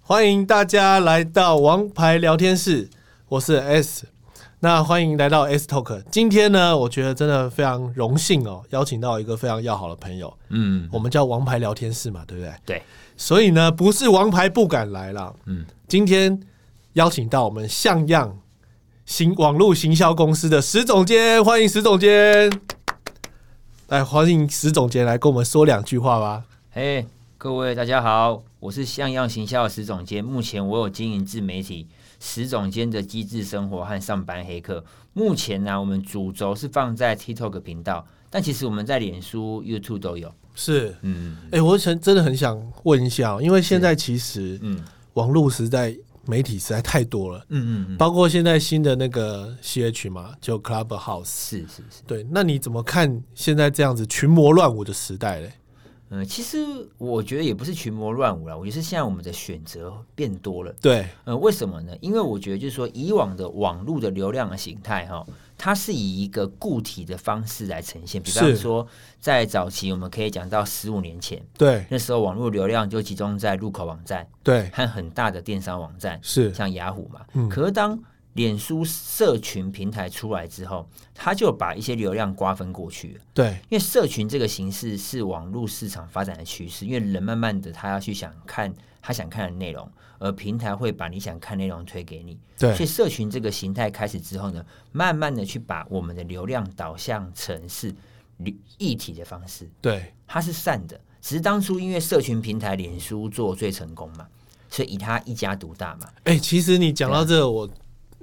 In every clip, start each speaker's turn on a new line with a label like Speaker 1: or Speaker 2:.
Speaker 1: 欢迎大家来到王牌聊天室，我是 S。那欢迎来到 S Talk。今天呢，我觉得真的非常荣幸哦，邀请到一个非常要好的朋友。
Speaker 2: 嗯，
Speaker 1: 我们叫王牌聊天室嘛，对不对？
Speaker 2: 对，
Speaker 1: 所以呢，不是王牌不敢来啦。嗯，今天邀请到我们像样行网络行销公司的石总监，欢迎石总监。来，欢迎石总监来跟我们说两句话吧。
Speaker 2: 嘿、各位大家好，我是像样行销的石总监。目前我有经营自媒体石总监的机智生活和上班黑客。目前呢、我们主轴是放在 TikTok 频道，但其实我们在脸书、YouTube 都有。
Speaker 1: 是，
Speaker 2: 嗯
Speaker 1: 哎、我想真的很想问一下哦、因为现在其实
Speaker 2: 嗯
Speaker 1: 网络时代媒体实在太多了，
Speaker 2: 嗯嗯，
Speaker 1: 包括现在新的那个 CH 嘛，就 Clubhouse。
Speaker 2: 是是是。
Speaker 1: 对，那你怎么看现在这样子群魔乱舞的时代嘞？
Speaker 2: 嗯，其实我觉得也不是群魔乱舞啦，我觉得是现在我们的选择变多了。
Speaker 1: 对，
Speaker 2: 呃，为什么呢？因为我觉得就是说，以往的网络的流量的形态哈、它是以一个固体的方式来呈现。比方
Speaker 1: 是
Speaker 2: 说，在早期我们可以讲到十五年前，
Speaker 1: 对，
Speaker 2: 那时候网络流量就集中在入口网站
Speaker 1: 对，
Speaker 2: 和很大的电商网站，
Speaker 1: 是
Speaker 2: 像雅虎嘛。
Speaker 1: 嗯
Speaker 2: 可是当脸书社群平台出来之后，它就把一些流量瓜分过去了。
Speaker 1: 对，
Speaker 2: 因为社群这个形式是网络市场发展的趋势，因为人慢慢的他要去想看他想看的内容，而平台会把你想看内容推给你，所以
Speaker 1: 对，
Speaker 2: 社群这个形态开始之后呢，慢慢的去把我们的流量导向成是一体的方式，
Speaker 1: 对，
Speaker 2: 它是善的，只是当初因为社群平台脸书做最成功嘛，所以以它一家独大嘛，
Speaker 1: 哎、其实你讲到这
Speaker 2: 啊
Speaker 1: 个，我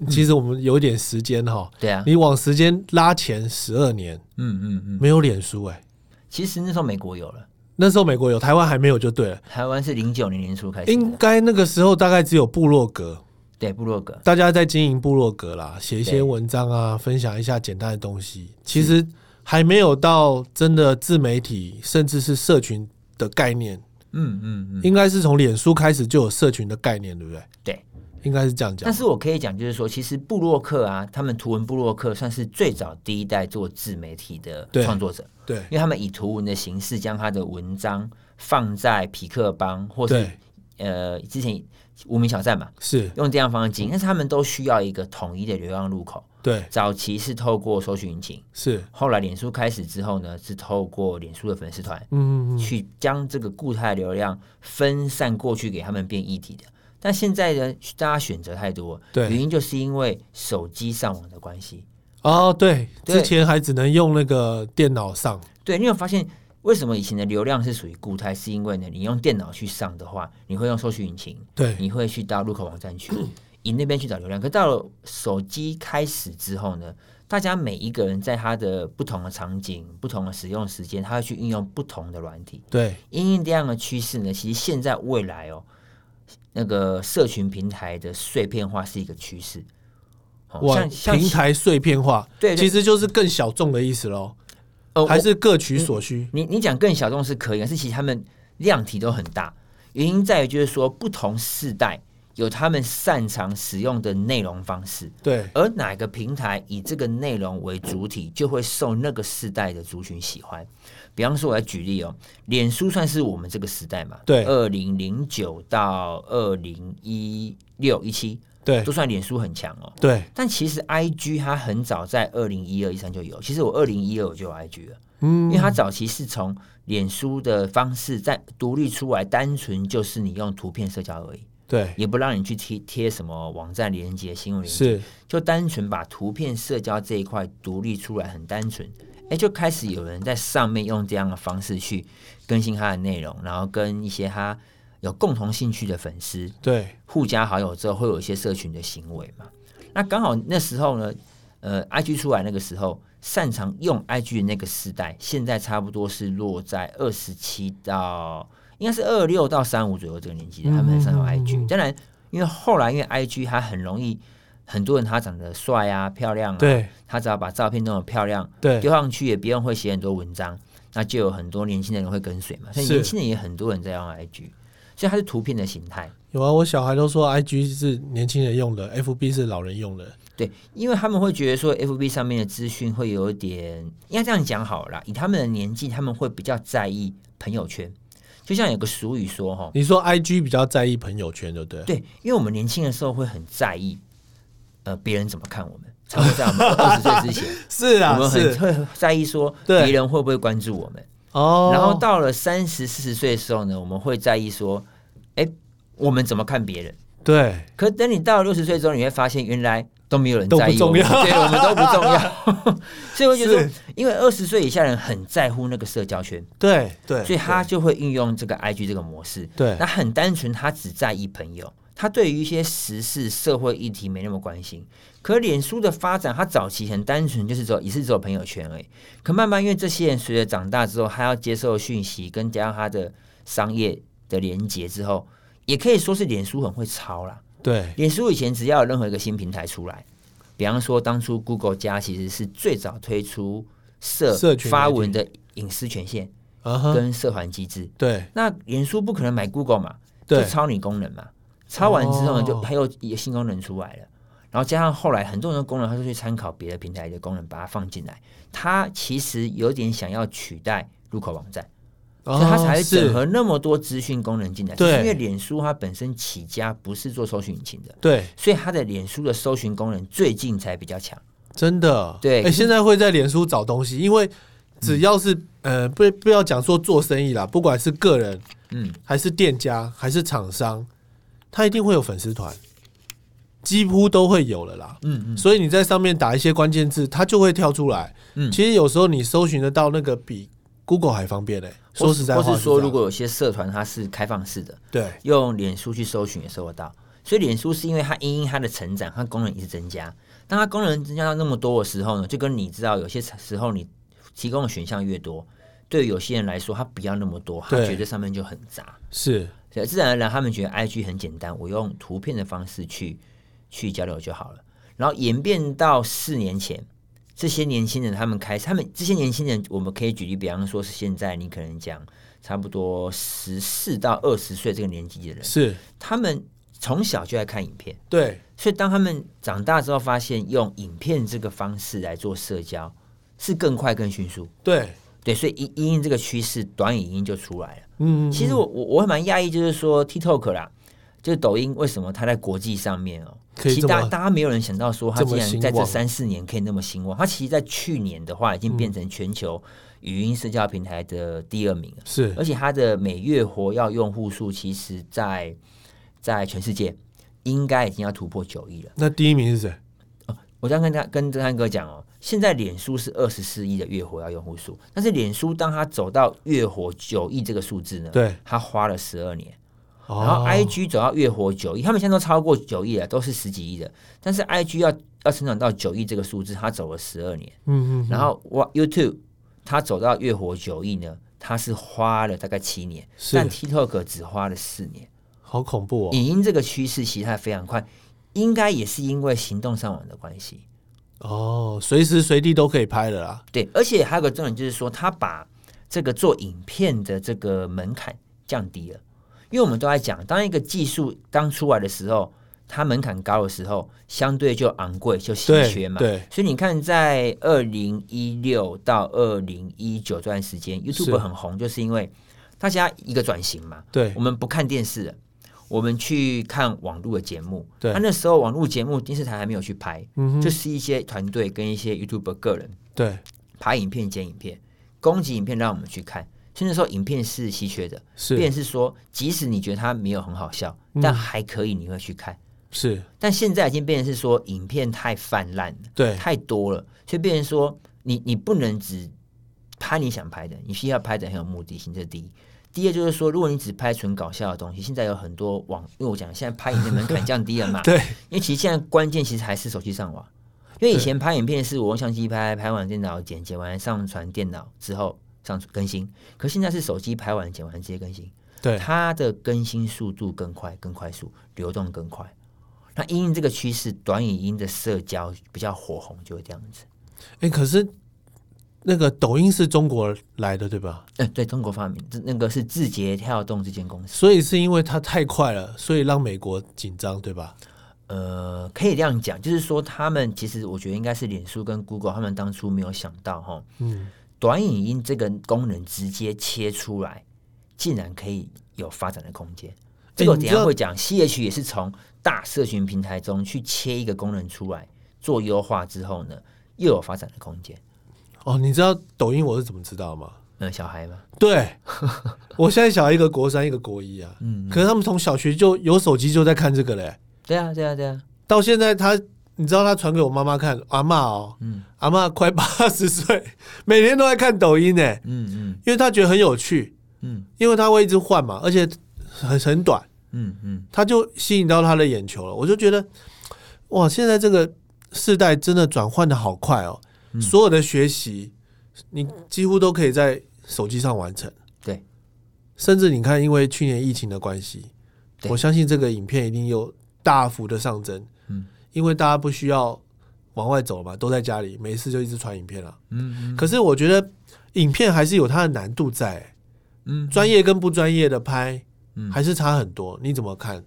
Speaker 1: 其实我们有点时间哈，
Speaker 2: 对啊，
Speaker 1: 你往时间拉前十二年，
Speaker 2: 嗯嗯嗯，
Speaker 1: 没有脸书哎、
Speaker 2: 其实那时候美国有了，
Speaker 1: 那时候美国有，台湾还没有就对了。
Speaker 2: 台湾哎是零九年年初开始
Speaker 1: 应
Speaker 2: 的，
Speaker 1: 该那个时候大概只有部落格，
Speaker 2: 对部落格，
Speaker 1: 大家在经营部落格啦，写一些
Speaker 2: 对
Speaker 1: 文章啊，分享一下简单的东西。其实还没有到真的自媒体，甚至是社群的概念，
Speaker 2: 嗯嗯嗯，
Speaker 1: 应该是从脸书开始就有社群的概念，对不对？
Speaker 2: 对。
Speaker 1: 应该是这样讲
Speaker 2: 但。是我可以讲，就是说，其实布洛克啊，他们图文布洛克算是最早第一代做自媒体的
Speaker 1: 对
Speaker 2: 创作者，
Speaker 1: 对
Speaker 2: 因为他们以图文的形式将他的文章放在匹克邦或是
Speaker 1: 对，
Speaker 2: 呃之前无名小站嘛，
Speaker 1: 是，
Speaker 2: 用这样方式进，但是他们都需要一个统一的流量入口。
Speaker 1: 对
Speaker 2: 早期是透过搜寻引擎，
Speaker 1: 是，
Speaker 2: 后来脸书开始之后呢，是透过脸书的粉丝团，
Speaker 1: 嗯嗯嗯，
Speaker 2: 去将这个固态流量分散过去给他们变一体的。但现在呢，大家选择太多，
Speaker 1: 对
Speaker 2: 原因就是因为手机上网的关系。
Speaker 1: 哦对，
Speaker 2: 对
Speaker 1: 之前还只能用那个电脑上，
Speaker 2: 对，你有发现为什么以前的流量是属于固态？是因为呢，你用电脑去上的话，你会用搜索引擎，
Speaker 1: 对嗯
Speaker 2: 你会去到入口网站去，以那边去找流量。可到了手机开始之后呢，大家每一个人在他的不同的场景、不同的使用时间，他会去运用不同的软体。
Speaker 1: 对
Speaker 2: 因应这样的趋势呢，其实现在未来哦，那个社群平台的碎片化是一个趋势。哦、
Speaker 1: 哇，
Speaker 2: 像像
Speaker 1: 平台碎片化，
Speaker 2: 对对
Speaker 1: 其实就是更小众的意思喽，
Speaker 2: 呃，
Speaker 1: 还
Speaker 2: 我
Speaker 1: 是各取所需，
Speaker 2: 你你讲更小众是可以，但是其实他们量体都很大，原因在于就是说不同世代有他们擅长使用的内容方式，
Speaker 1: 对
Speaker 2: 而哪个平台以这个内容为主体，就会受那个世代的族群喜欢。比方说，我来举例哦，脸书算是我们这个时代嘛，
Speaker 1: 对
Speaker 2: 二零零九到二零一六一七
Speaker 1: 对
Speaker 2: 都算脸书很强哦。
Speaker 1: 对，
Speaker 2: 但其实 I G 它很早在二零一二一三就有，其实我二零一二我就有 I G 了，因
Speaker 1: 嗯
Speaker 2: 为它早期是从脸书的方式在独立出来，单纯就是你用图片社交而已，
Speaker 1: 对
Speaker 2: 也不让你去贴贴什么网站连接、新闻连接，
Speaker 1: 是，
Speaker 2: 就单纯把图片社交这一块独立出来，很单纯。哎，就开始有人在上面用这样的方式去更新他的内容，然后跟一些他有共同兴趣的粉丝
Speaker 1: 对
Speaker 2: 互加好友之后，会有一些社群的行为嘛。那刚好那时候呢，呃，IG 出来那个时候，擅长用 IG 的那个时代，现在差不多是落在二十七到应该是二六到三五左右这个年纪的，他们很擅长
Speaker 1: 嗯嗯嗯
Speaker 2: IG。当然，因为后来因为 IG 它很容易，很多人他长得帅啊、漂亮啊，
Speaker 1: 对
Speaker 2: 他只要把照片弄得漂亮，丢
Speaker 1: 对
Speaker 2: 上去也不用会写很多文章，那就有很多年轻的人会跟随嘛。所以
Speaker 1: 是
Speaker 2: 年轻人也很多人在用 IG，所以它是图片的形态。
Speaker 1: 有啊，我小孩都说 IG 是年轻人用的，FB 是老人用的，
Speaker 2: 对，因为他们会觉得说，FB 上面的资讯会有一点，应该这样讲好了啦。以他们的年纪，他们会比较在意朋友圈，就像有个俗语说哈，
Speaker 1: 你说 IG 比较在意朋友圈，对不对？
Speaker 2: 对，因为我们年轻的时候会很在意，呃，别人怎么看我们，差不多在我 们二十岁之前，
Speaker 1: 是
Speaker 2: 我
Speaker 1: 啊，
Speaker 2: 们很
Speaker 1: 是
Speaker 2: 会在意说
Speaker 1: 对
Speaker 2: 别人会不会关注我们。
Speaker 1: 哦。
Speaker 2: 然后到了三十四十岁的时候呢，我们会在意说，哎、我们怎么看别人？
Speaker 1: 对，
Speaker 2: 可等你到了六十岁之后，你会发现原来都没有人
Speaker 1: 都
Speaker 2: 在
Speaker 1: 不
Speaker 2: 意我
Speaker 1: 重
Speaker 2: 们，
Speaker 1: 要
Speaker 2: 对我们都不 重要。所以我觉得
Speaker 1: 是，
Speaker 2: 因为二十岁以下人很在乎那个社交圈，
Speaker 1: 对，对，
Speaker 2: 所以他就会运用这个 IG 这个模式。
Speaker 1: 对
Speaker 2: 那很单纯，他只在意朋友，他对于一些时事、社会议题没那么关心。可脸书的发展，它早期很单纯，就是走也是走朋友圈而已。可慢慢，因为这些人随着长大之后，他要接受讯息，跟加上他的商业的连接之后，也可以说是脸书很会抄啦。
Speaker 1: 对，
Speaker 2: 脸书以前只要有任何一个新平台出来，比方说当初 Google 加其实是最早推出社
Speaker 1: 社群
Speaker 2: 发
Speaker 1: 媒体
Speaker 2: 文的隐私权限
Speaker 1: 啊哈，
Speaker 2: 跟社环机制。
Speaker 1: 对，
Speaker 2: 那脸书不可能买 Google 嘛，
Speaker 1: 对
Speaker 2: 就抄你功能嘛，抄完之后
Speaker 1: 哦
Speaker 2: 呢，就还有一个新功能出来了。然后加上后来很多人的功能，他就去参考别的平台的功能，把它放进来。它其实有点想要取代入口网站，所以它才会整
Speaker 1: 哦
Speaker 2: 合那么多资讯功能进来。
Speaker 1: 对
Speaker 2: 就是因为脸书它本身起家不是做搜寻引擎的
Speaker 1: 是，对，
Speaker 2: 所以它的脸书的搜寻功能最近才比较强。
Speaker 1: 真的，
Speaker 2: 对
Speaker 1: 哎、现在会在脸书找东西，因为只要是、呃，不不要讲说做生意啦，不管是个人
Speaker 2: 嗯，
Speaker 1: 还是店家还是厂商，他一定会有粉丝团，几乎都会有了啦。
Speaker 2: 嗯嗯，
Speaker 1: 所以你在上面打一些关键字，它就会跳出来。
Speaker 2: 嗯
Speaker 1: 其实有时候你搜寻得到那个比 Google 还方便嘞、说实在话
Speaker 2: 或
Speaker 1: 这样，
Speaker 2: 是说如果有些社团它是开放式的，
Speaker 1: 对
Speaker 2: 用脸书去搜寻也搜得到。所以脸书是因为它因应它的成长，它功能一直增加。当它功能增加到那么多的时候呢，就跟你知道有些时候你提供的选项越多，对于有些人来说他不要那么多，他
Speaker 1: 对
Speaker 2: 觉得上面就很杂。
Speaker 1: 是
Speaker 2: 所以自然而然他们觉得 IG 很简单，我用图片的方式去去交流就好了。然后演变到四年前，这些年轻人他们开始，他们这些年轻人，我们可以举例，比方说是现在你可能讲差不多十四到二十岁这个年纪的人，
Speaker 1: 是，
Speaker 2: 他们从小就爱看影片，
Speaker 1: 对
Speaker 2: 所以当他们长大之后，发现用影片这个方式来做社交是更快更迅速。
Speaker 1: 对，
Speaker 2: 对，所以一因应这个趋势，短影音就出来了。
Speaker 1: 嗯，
Speaker 2: 其实我我我还蛮讶异，就是说 TikTok 啦，就是抖音为什么它在国际上面哦、
Speaker 1: 可以
Speaker 2: 其实大
Speaker 1: 这么
Speaker 2: 大家没有人想到说它
Speaker 1: 这么
Speaker 2: 竟然在
Speaker 1: 兴
Speaker 2: 这
Speaker 1: 旺
Speaker 2: 三四年可以那么兴旺，它其实在去年的话已经变
Speaker 1: 嗯
Speaker 2: 成全球语音社交平台的第二名了，
Speaker 1: 是
Speaker 2: 而且它的每月活跃用户数其实在在全世界应该已经要突破九亿了。
Speaker 1: 那第一名是谁？
Speaker 2: 呃我这样跟他跟郑汉哥讲哦，现在脸书是二十四亿的月活要用户数，但是脸书当它走到月活九亿这个数字呢，
Speaker 1: 对，哦
Speaker 2: 它花了十二年。
Speaker 1: 然
Speaker 2: 然后 IG 走到月活九亿，他们现在都超过九亿了，都是十几亿的。但是 IG 要要成长到九亿这个数字，它走了十二年。
Speaker 1: 嗯嗯，
Speaker 2: 然后哇 YouTube 它走到月活九亿呢，它是花了大概七年，
Speaker 1: 是
Speaker 2: 但 TikTok 只花了四年。
Speaker 1: 好恐怖哦
Speaker 2: 影音这个趋势其实它非常快，应该也是因为行动上网的关系。
Speaker 1: 哦，随时随地都可以拍的啦。
Speaker 2: 对，而且还有个重点就是说，他把这个做影片的这个门槛降低了，因为我们都在讲，当一个技术刚出来的时候，它门槛高的时候，相对就昂贵，就稀缺嘛。
Speaker 1: 对对
Speaker 2: 所以你看，在二零一六到二零一九这段时间
Speaker 1: 是
Speaker 2: ，YouTube 很红，就是因为大家一个转型嘛。
Speaker 1: 对
Speaker 2: 我们不看电视了，我们去看网络的节目。啊
Speaker 1: 对
Speaker 2: 那、那时候网络节目电视台还没有去拍，
Speaker 1: 嗯哼
Speaker 2: 就是一些团队跟一些 YouTube 个人。
Speaker 1: 对，
Speaker 2: 拍影片、剪影片、供给影片让我们去看。所以那时候影片是稀缺的，
Speaker 1: 是
Speaker 2: 便是说，即使你觉得它没有很好笑，但还可以，你会去看。
Speaker 1: 是，
Speaker 2: 但现在已经变成是说，影片太泛滥了，
Speaker 1: 对，
Speaker 2: 太多了，所以变成说，你你不能只拍你想拍的，你需要拍的很有目的性，这是第一。第二就是说，如果你只拍纯搞笑的东西，现在有很多网，因为我讲现在拍影片门槛降低了嘛
Speaker 1: 对
Speaker 2: 因为其实现在关键其实还是手机上网，因为以前拍影片是我用相机拍，拍完电脑剪，剪完上传电脑之后上传更新，可现在是手机拍完剪完直接更新，
Speaker 1: 对
Speaker 2: 它的更新速度更快、更快速，流动更快。那因应这个趋势，短影音的社交比较火红，就会这样子。
Speaker 1: 哎、可是那个抖音是中国来的对吧？
Speaker 2: 嗯、对中国发明，这那个是字节跳动这间公司，
Speaker 1: 所以是因为它太快了，所以让美国紧张对吧？
Speaker 2: 呃，可以这样讲，就是说他们其实我觉得应该是脸书跟 Google 他们当初没有想到哈，
Speaker 1: 嗯，
Speaker 2: 短影音这个功能直接切出来，竟然可以有发展的空间。这个我等一下会讲，CH 也是从大社群平台中去切一个功能出来做优化之后呢，又有发展的空间。
Speaker 1: 哦，你知道抖音我是怎么知道吗？
Speaker 2: 嗯，小孩嘛，
Speaker 1: 对，我现在小孩一个国三，一个国一啊，
Speaker 2: 嗯，
Speaker 1: 可是他们从小学就有手机就在看这个嘞，
Speaker 2: 对啊，对啊，对啊，
Speaker 1: 到现在他，你知道他传给我妈妈看，阿嬷哦，
Speaker 2: 嗯
Speaker 1: 阿嬷快八十岁，每天都在看抖音呢，
Speaker 2: 嗯嗯
Speaker 1: 因为她觉得很有趣，
Speaker 2: 嗯
Speaker 1: 因为她会一直换嘛，而且很很短，
Speaker 2: 嗯嗯，
Speaker 1: 她就吸引到她的眼球了。我就觉得，哇，现在这个世代真的转换的好快哦，
Speaker 2: 嗯
Speaker 1: 所有的学习你几乎都可以在手机上完成。
Speaker 2: 对，
Speaker 1: 甚至你看，因为去年疫情的关系，
Speaker 2: 对
Speaker 1: 我相信这个影片一定有大幅的上升。
Speaker 2: 嗯，
Speaker 1: 因为大家不需要往外走嘛，都在家里，没事就一直传影片了。
Speaker 2: 嗯嗯
Speaker 1: 可是我觉得影片还是有它的难度在、
Speaker 2: 嗯，
Speaker 1: 专业跟不专业的拍
Speaker 2: 嗯
Speaker 1: 还是差很多。你怎么看？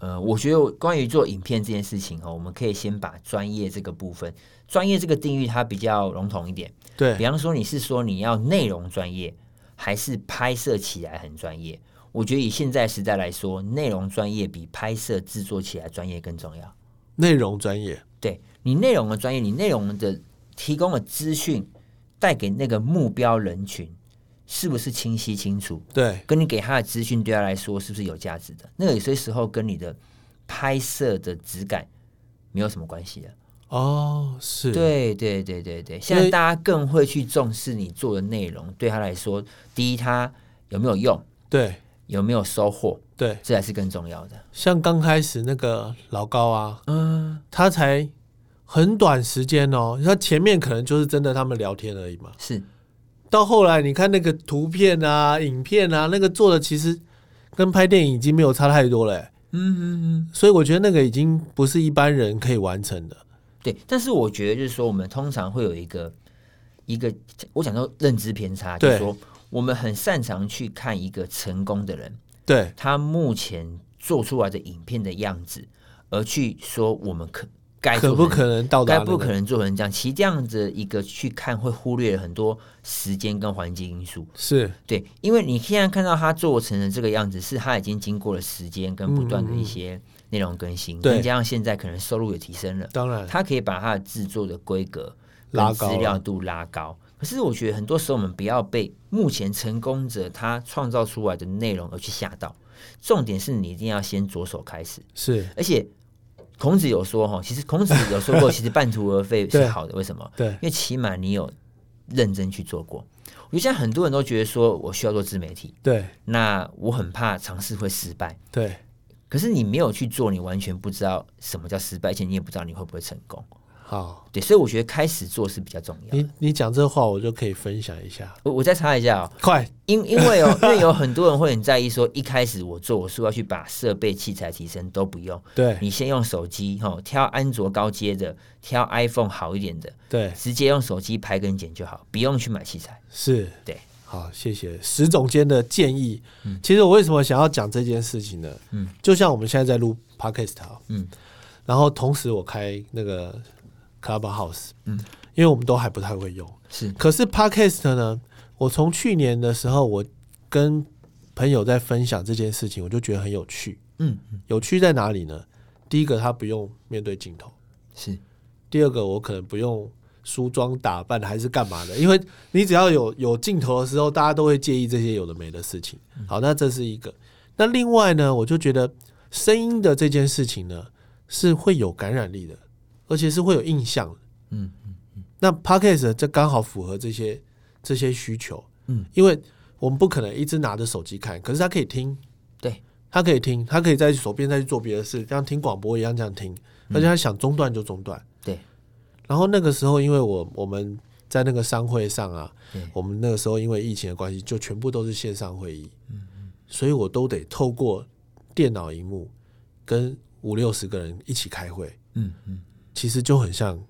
Speaker 2: 呃，我觉得关于做影片这件事情哦，我们可以先把专业这个部分，专业这个定义它比较笼统一点。比
Speaker 1: 对，
Speaker 2: 方说，你是说你要内容专业，还是拍摄起来很专业？我觉得以现在时代来说，内容专业比拍摄制作起来专业更重要。
Speaker 1: 内容专业，
Speaker 2: 对你内容的专业，你内容的提供的资讯带给那个目标人群是不是清晰清楚？
Speaker 1: 对
Speaker 2: 跟你给他的资讯对他来说是不是有价值的？那个有些时候跟你的拍摄的质感没有什么关系的。
Speaker 1: 哦，是，
Speaker 2: 对对对对对，
Speaker 1: 因
Speaker 2: 现
Speaker 1: 为
Speaker 2: 在大家更会去重视你做的内容，对他来说，第一他有没有用，
Speaker 1: 对
Speaker 2: 有没有收获，
Speaker 1: 对，
Speaker 2: 这才是更重要的。
Speaker 1: 像刚开始那个老高啊，
Speaker 2: 嗯，
Speaker 1: 他才很短时间哦，他前面可能就是真的他们聊天而已嘛。
Speaker 2: 是
Speaker 1: 到后来，你看那个图片啊、影片啊，那个做的其实跟拍电影已经没有差太多了、欸
Speaker 2: 嗯嗯嗯，
Speaker 1: 所以我觉得那个已经不是一般人可以完成的。
Speaker 2: 对。但是我觉得就是说，我们通常会有一个一个，我讲到认知偏差，就是
Speaker 1: 对
Speaker 2: 说我们很擅长去看一个成功的人，
Speaker 1: 对
Speaker 2: 他目前做出来的影片的样子，而去说我们可该
Speaker 1: 可
Speaker 2: 做
Speaker 1: 不
Speaker 2: 成
Speaker 1: 可能到达、
Speaker 2: 该
Speaker 1: 那个
Speaker 2: 不可能做成这样？其实这样子一个去看，会忽略了很多时间跟环境因素。
Speaker 1: 是
Speaker 2: 对，因为你现在看到他做成的这个样子，是他已经经过了时间跟不断的一些内容更新，
Speaker 1: 对
Speaker 2: 再加上现在可能收入也提升了，
Speaker 1: 当然
Speaker 2: 他可以把他的制作的规格、跟
Speaker 1: 拉
Speaker 2: 资
Speaker 1: 高了啊
Speaker 2: 料度拉高。可是我觉得很多时候我们不要被目前成功者他创造出来的内容而去吓到，重点是你一定要先着手开始。
Speaker 1: 是，
Speaker 2: 而且孔子有说哈，其实孔子有 说过，其实半途而废是
Speaker 1: 对
Speaker 2: 好的。为什么？
Speaker 1: 对
Speaker 2: 因为起码你有认真去做过。我觉得现在很多人都觉得说我需要做自媒体，
Speaker 1: 对
Speaker 2: 那我很怕尝试会失败。
Speaker 1: 对，
Speaker 2: 可是你没有去做，你完全不知道什么叫失败，而且你也不知道你会不会成功。
Speaker 1: 好，
Speaker 2: 对，所以我觉得开始做是比较重要的。
Speaker 1: 你你讲这话我就可以分享一下，
Speaker 2: 我我再插一下哦，
Speaker 1: 快
Speaker 2: 因因为哦，因为有很多人会很在意说，一开始我做，我是不是要去把设备器材提升都不用，
Speaker 1: 对
Speaker 2: 你先用手机哈，吼挑安卓高阶的，挑 iPhone 好一点的，
Speaker 1: 对
Speaker 2: 直接用手机拍跟剪就好，不用去买器材。
Speaker 1: 是，
Speaker 2: 对，
Speaker 1: 好，谢谢石总监的建议。其实我为什么想要讲这件事情呢？
Speaker 2: 嗯，
Speaker 1: 就像我们现在在录 podcast，啊
Speaker 2: 嗯，
Speaker 1: 然后同时我开那个 Clubhouse，
Speaker 2: 嗯，
Speaker 1: 因为我们都还不太会用。
Speaker 2: 是，
Speaker 1: 可是 podcast 呢，我从去年的时候，我跟朋友在分享这件事情，我就觉得很有趣。
Speaker 2: 嗯，
Speaker 1: 有趣在哪里呢？第一个，它不用面对镜头；
Speaker 2: 是，
Speaker 1: 第二个，我可能不用梳妆打扮还是干嘛的，因为你只要有有镜头的时候，大家都会介意这些有的没的事情。
Speaker 2: 嗯
Speaker 1: 好，那这是一个。那另外呢，我就觉得声音的这件事情呢，是会有感染力的，而且是会有印象的。
Speaker 2: 嗯，
Speaker 1: 那 podcast 这刚好符合这些这些需求，
Speaker 2: 嗯，
Speaker 1: 因为我们不可能一直拿着手机看，可是他可以听，
Speaker 2: 对，
Speaker 1: 他可以听，他可以在手边再去做别的事，像听广播一样这样听，
Speaker 2: 嗯
Speaker 1: 而且他想中断就中断。
Speaker 2: 对，
Speaker 1: 然后那个时候，因为我我们在那个商会上啊
Speaker 2: 对，
Speaker 1: 我们那个时候因为疫情的关系，就全部都是线上会议，
Speaker 2: 嗯
Speaker 1: 所以我都得透过电脑荧幕跟五六十个人一起开会，
Speaker 2: 嗯嗯，
Speaker 1: 其实就很像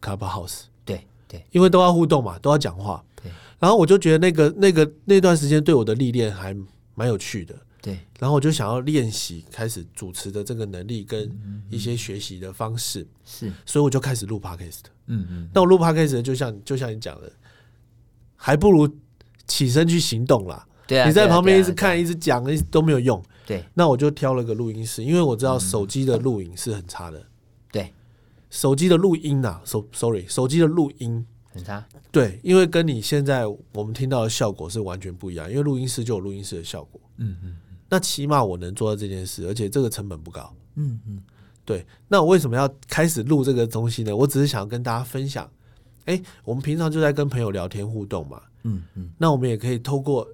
Speaker 1: Clubhouse。
Speaker 2: 对对
Speaker 1: 因为都要互动嘛，都要讲话。
Speaker 2: 对
Speaker 1: 然后我就觉得那个那个那段时间对我的历练还蛮有趣的，
Speaker 2: 对，
Speaker 1: 然后我就想要练习开始主持的这个能力跟
Speaker 2: 嗯
Speaker 1: 一些学习的方式，
Speaker 2: 是，
Speaker 1: 所以我就开始录 podcast。
Speaker 2: 嗯嗯，
Speaker 1: 那我录 podcast 就像就像你讲的，还不如起身去行动啦。
Speaker 2: 对啊，
Speaker 1: 你在
Speaker 2: 对啊
Speaker 1: 旁边一直，
Speaker 2: 对啊
Speaker 1: 看、一直讲、一直都没有用。
Speaker 2: 对
Speaker 1: 那我就挑了个录音室，因为我知
Speaker 2: 嗯
Speaker 1: 道手机的录影是很差的。
Speaker 2: 对，
Speaker 1: 手机的录音啊，手 sorry，手机的录音，
Speaker 2: 很差，
Speaker 1: 对，因为跟你现在我们听到的效果是完全不一样，因为录音室就有录音室的效果。
Speaker 2: 嗯嗯
Speaker 1: 那起码我能做到这件事，而且这个成本不高。
Speaker 2: 嗯嗯，
Speaker 1: 对，那我为什么要开始录这个东西呢？我只是想跟大家分享，哎、我们平常就在跟朋友聊天互动嘛，
Speaker 2: 嗯嗯，
Speaker 1: 那我们也可以透过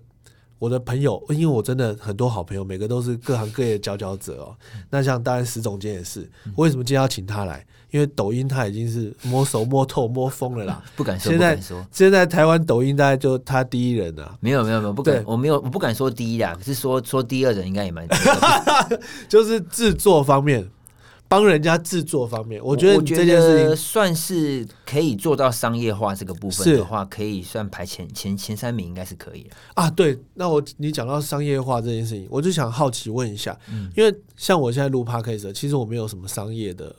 Speaker 1: 我的朋友，因为我真的很多好朋友，每个都是各行各业的佼佼者哦。那像当然石总监也是，我为什么今天要请他来？因为抖音他已经是摸熟、摸透、摸疯了啦。
Speaker 2: 不敢说，
Speaker 1: 现
Speaker 2: 不
Speaker 1: 在
Speaker 2: 敢说，
Speaker 1: 现在台湾抖音大概就他第一人啊，
Speaker 2: 没有没有没有，不敢
Speaker 1: 对，
Speaker 2: 我没有，我不敢说第一啦，可是说说第二人应该 也蛮多的，
Speaker 1: 就是制作方面，帮人家制作方面，我觉得
Speaker 2: 我
Speaker 1: 你
Speaker 2: 觉
Speaker 1: 这件事
Speaker 2: 得
Speaker 1: 情
Speaker 2: 算是可以做到商业化这个部分
Speaker 1: 是
Speaker 2: 的话，可以算排前前前三名应该是可以的。
Speaker 1: 啊，对。那我你讲到商业化这件事情，我就想好奇问一下，
Speaker 2: 嗯
Speaker 1: 因为像我现在录 podcast，其实我没有什么商业的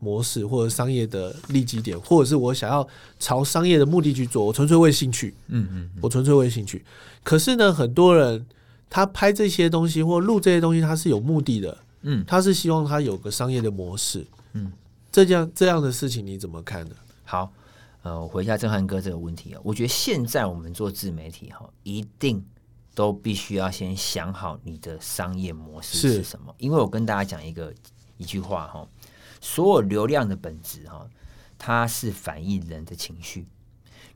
Speaker 1: 模式或者商业的利基点，或者是我想要朝商业的目的去做，我纯粹为兴趣，
Speaker 2: 嗯嗯，
Speaker 1: 我纯粹为兴趣。可是呢，很多人他拍这些东西或录这些东西，他是有目的的，
Speaker 2: 嗯，
Speaker 1: 他是希望他有个商业的模式，
Speaker 2: 嗯，
Speaker 1: 这样这样的事情你怎么看呢？
Speaker 2: 好，呃，我回一下震撼哥这个问题啊、我觉得现在我们做自媒体哈、一定都必须要先想好你的商业模式
Speaker 1: 是
Speaker 2: 是什么。因为我跟大家讲一个一句话哈、所有流量的本质哈、它是反映人的情绪。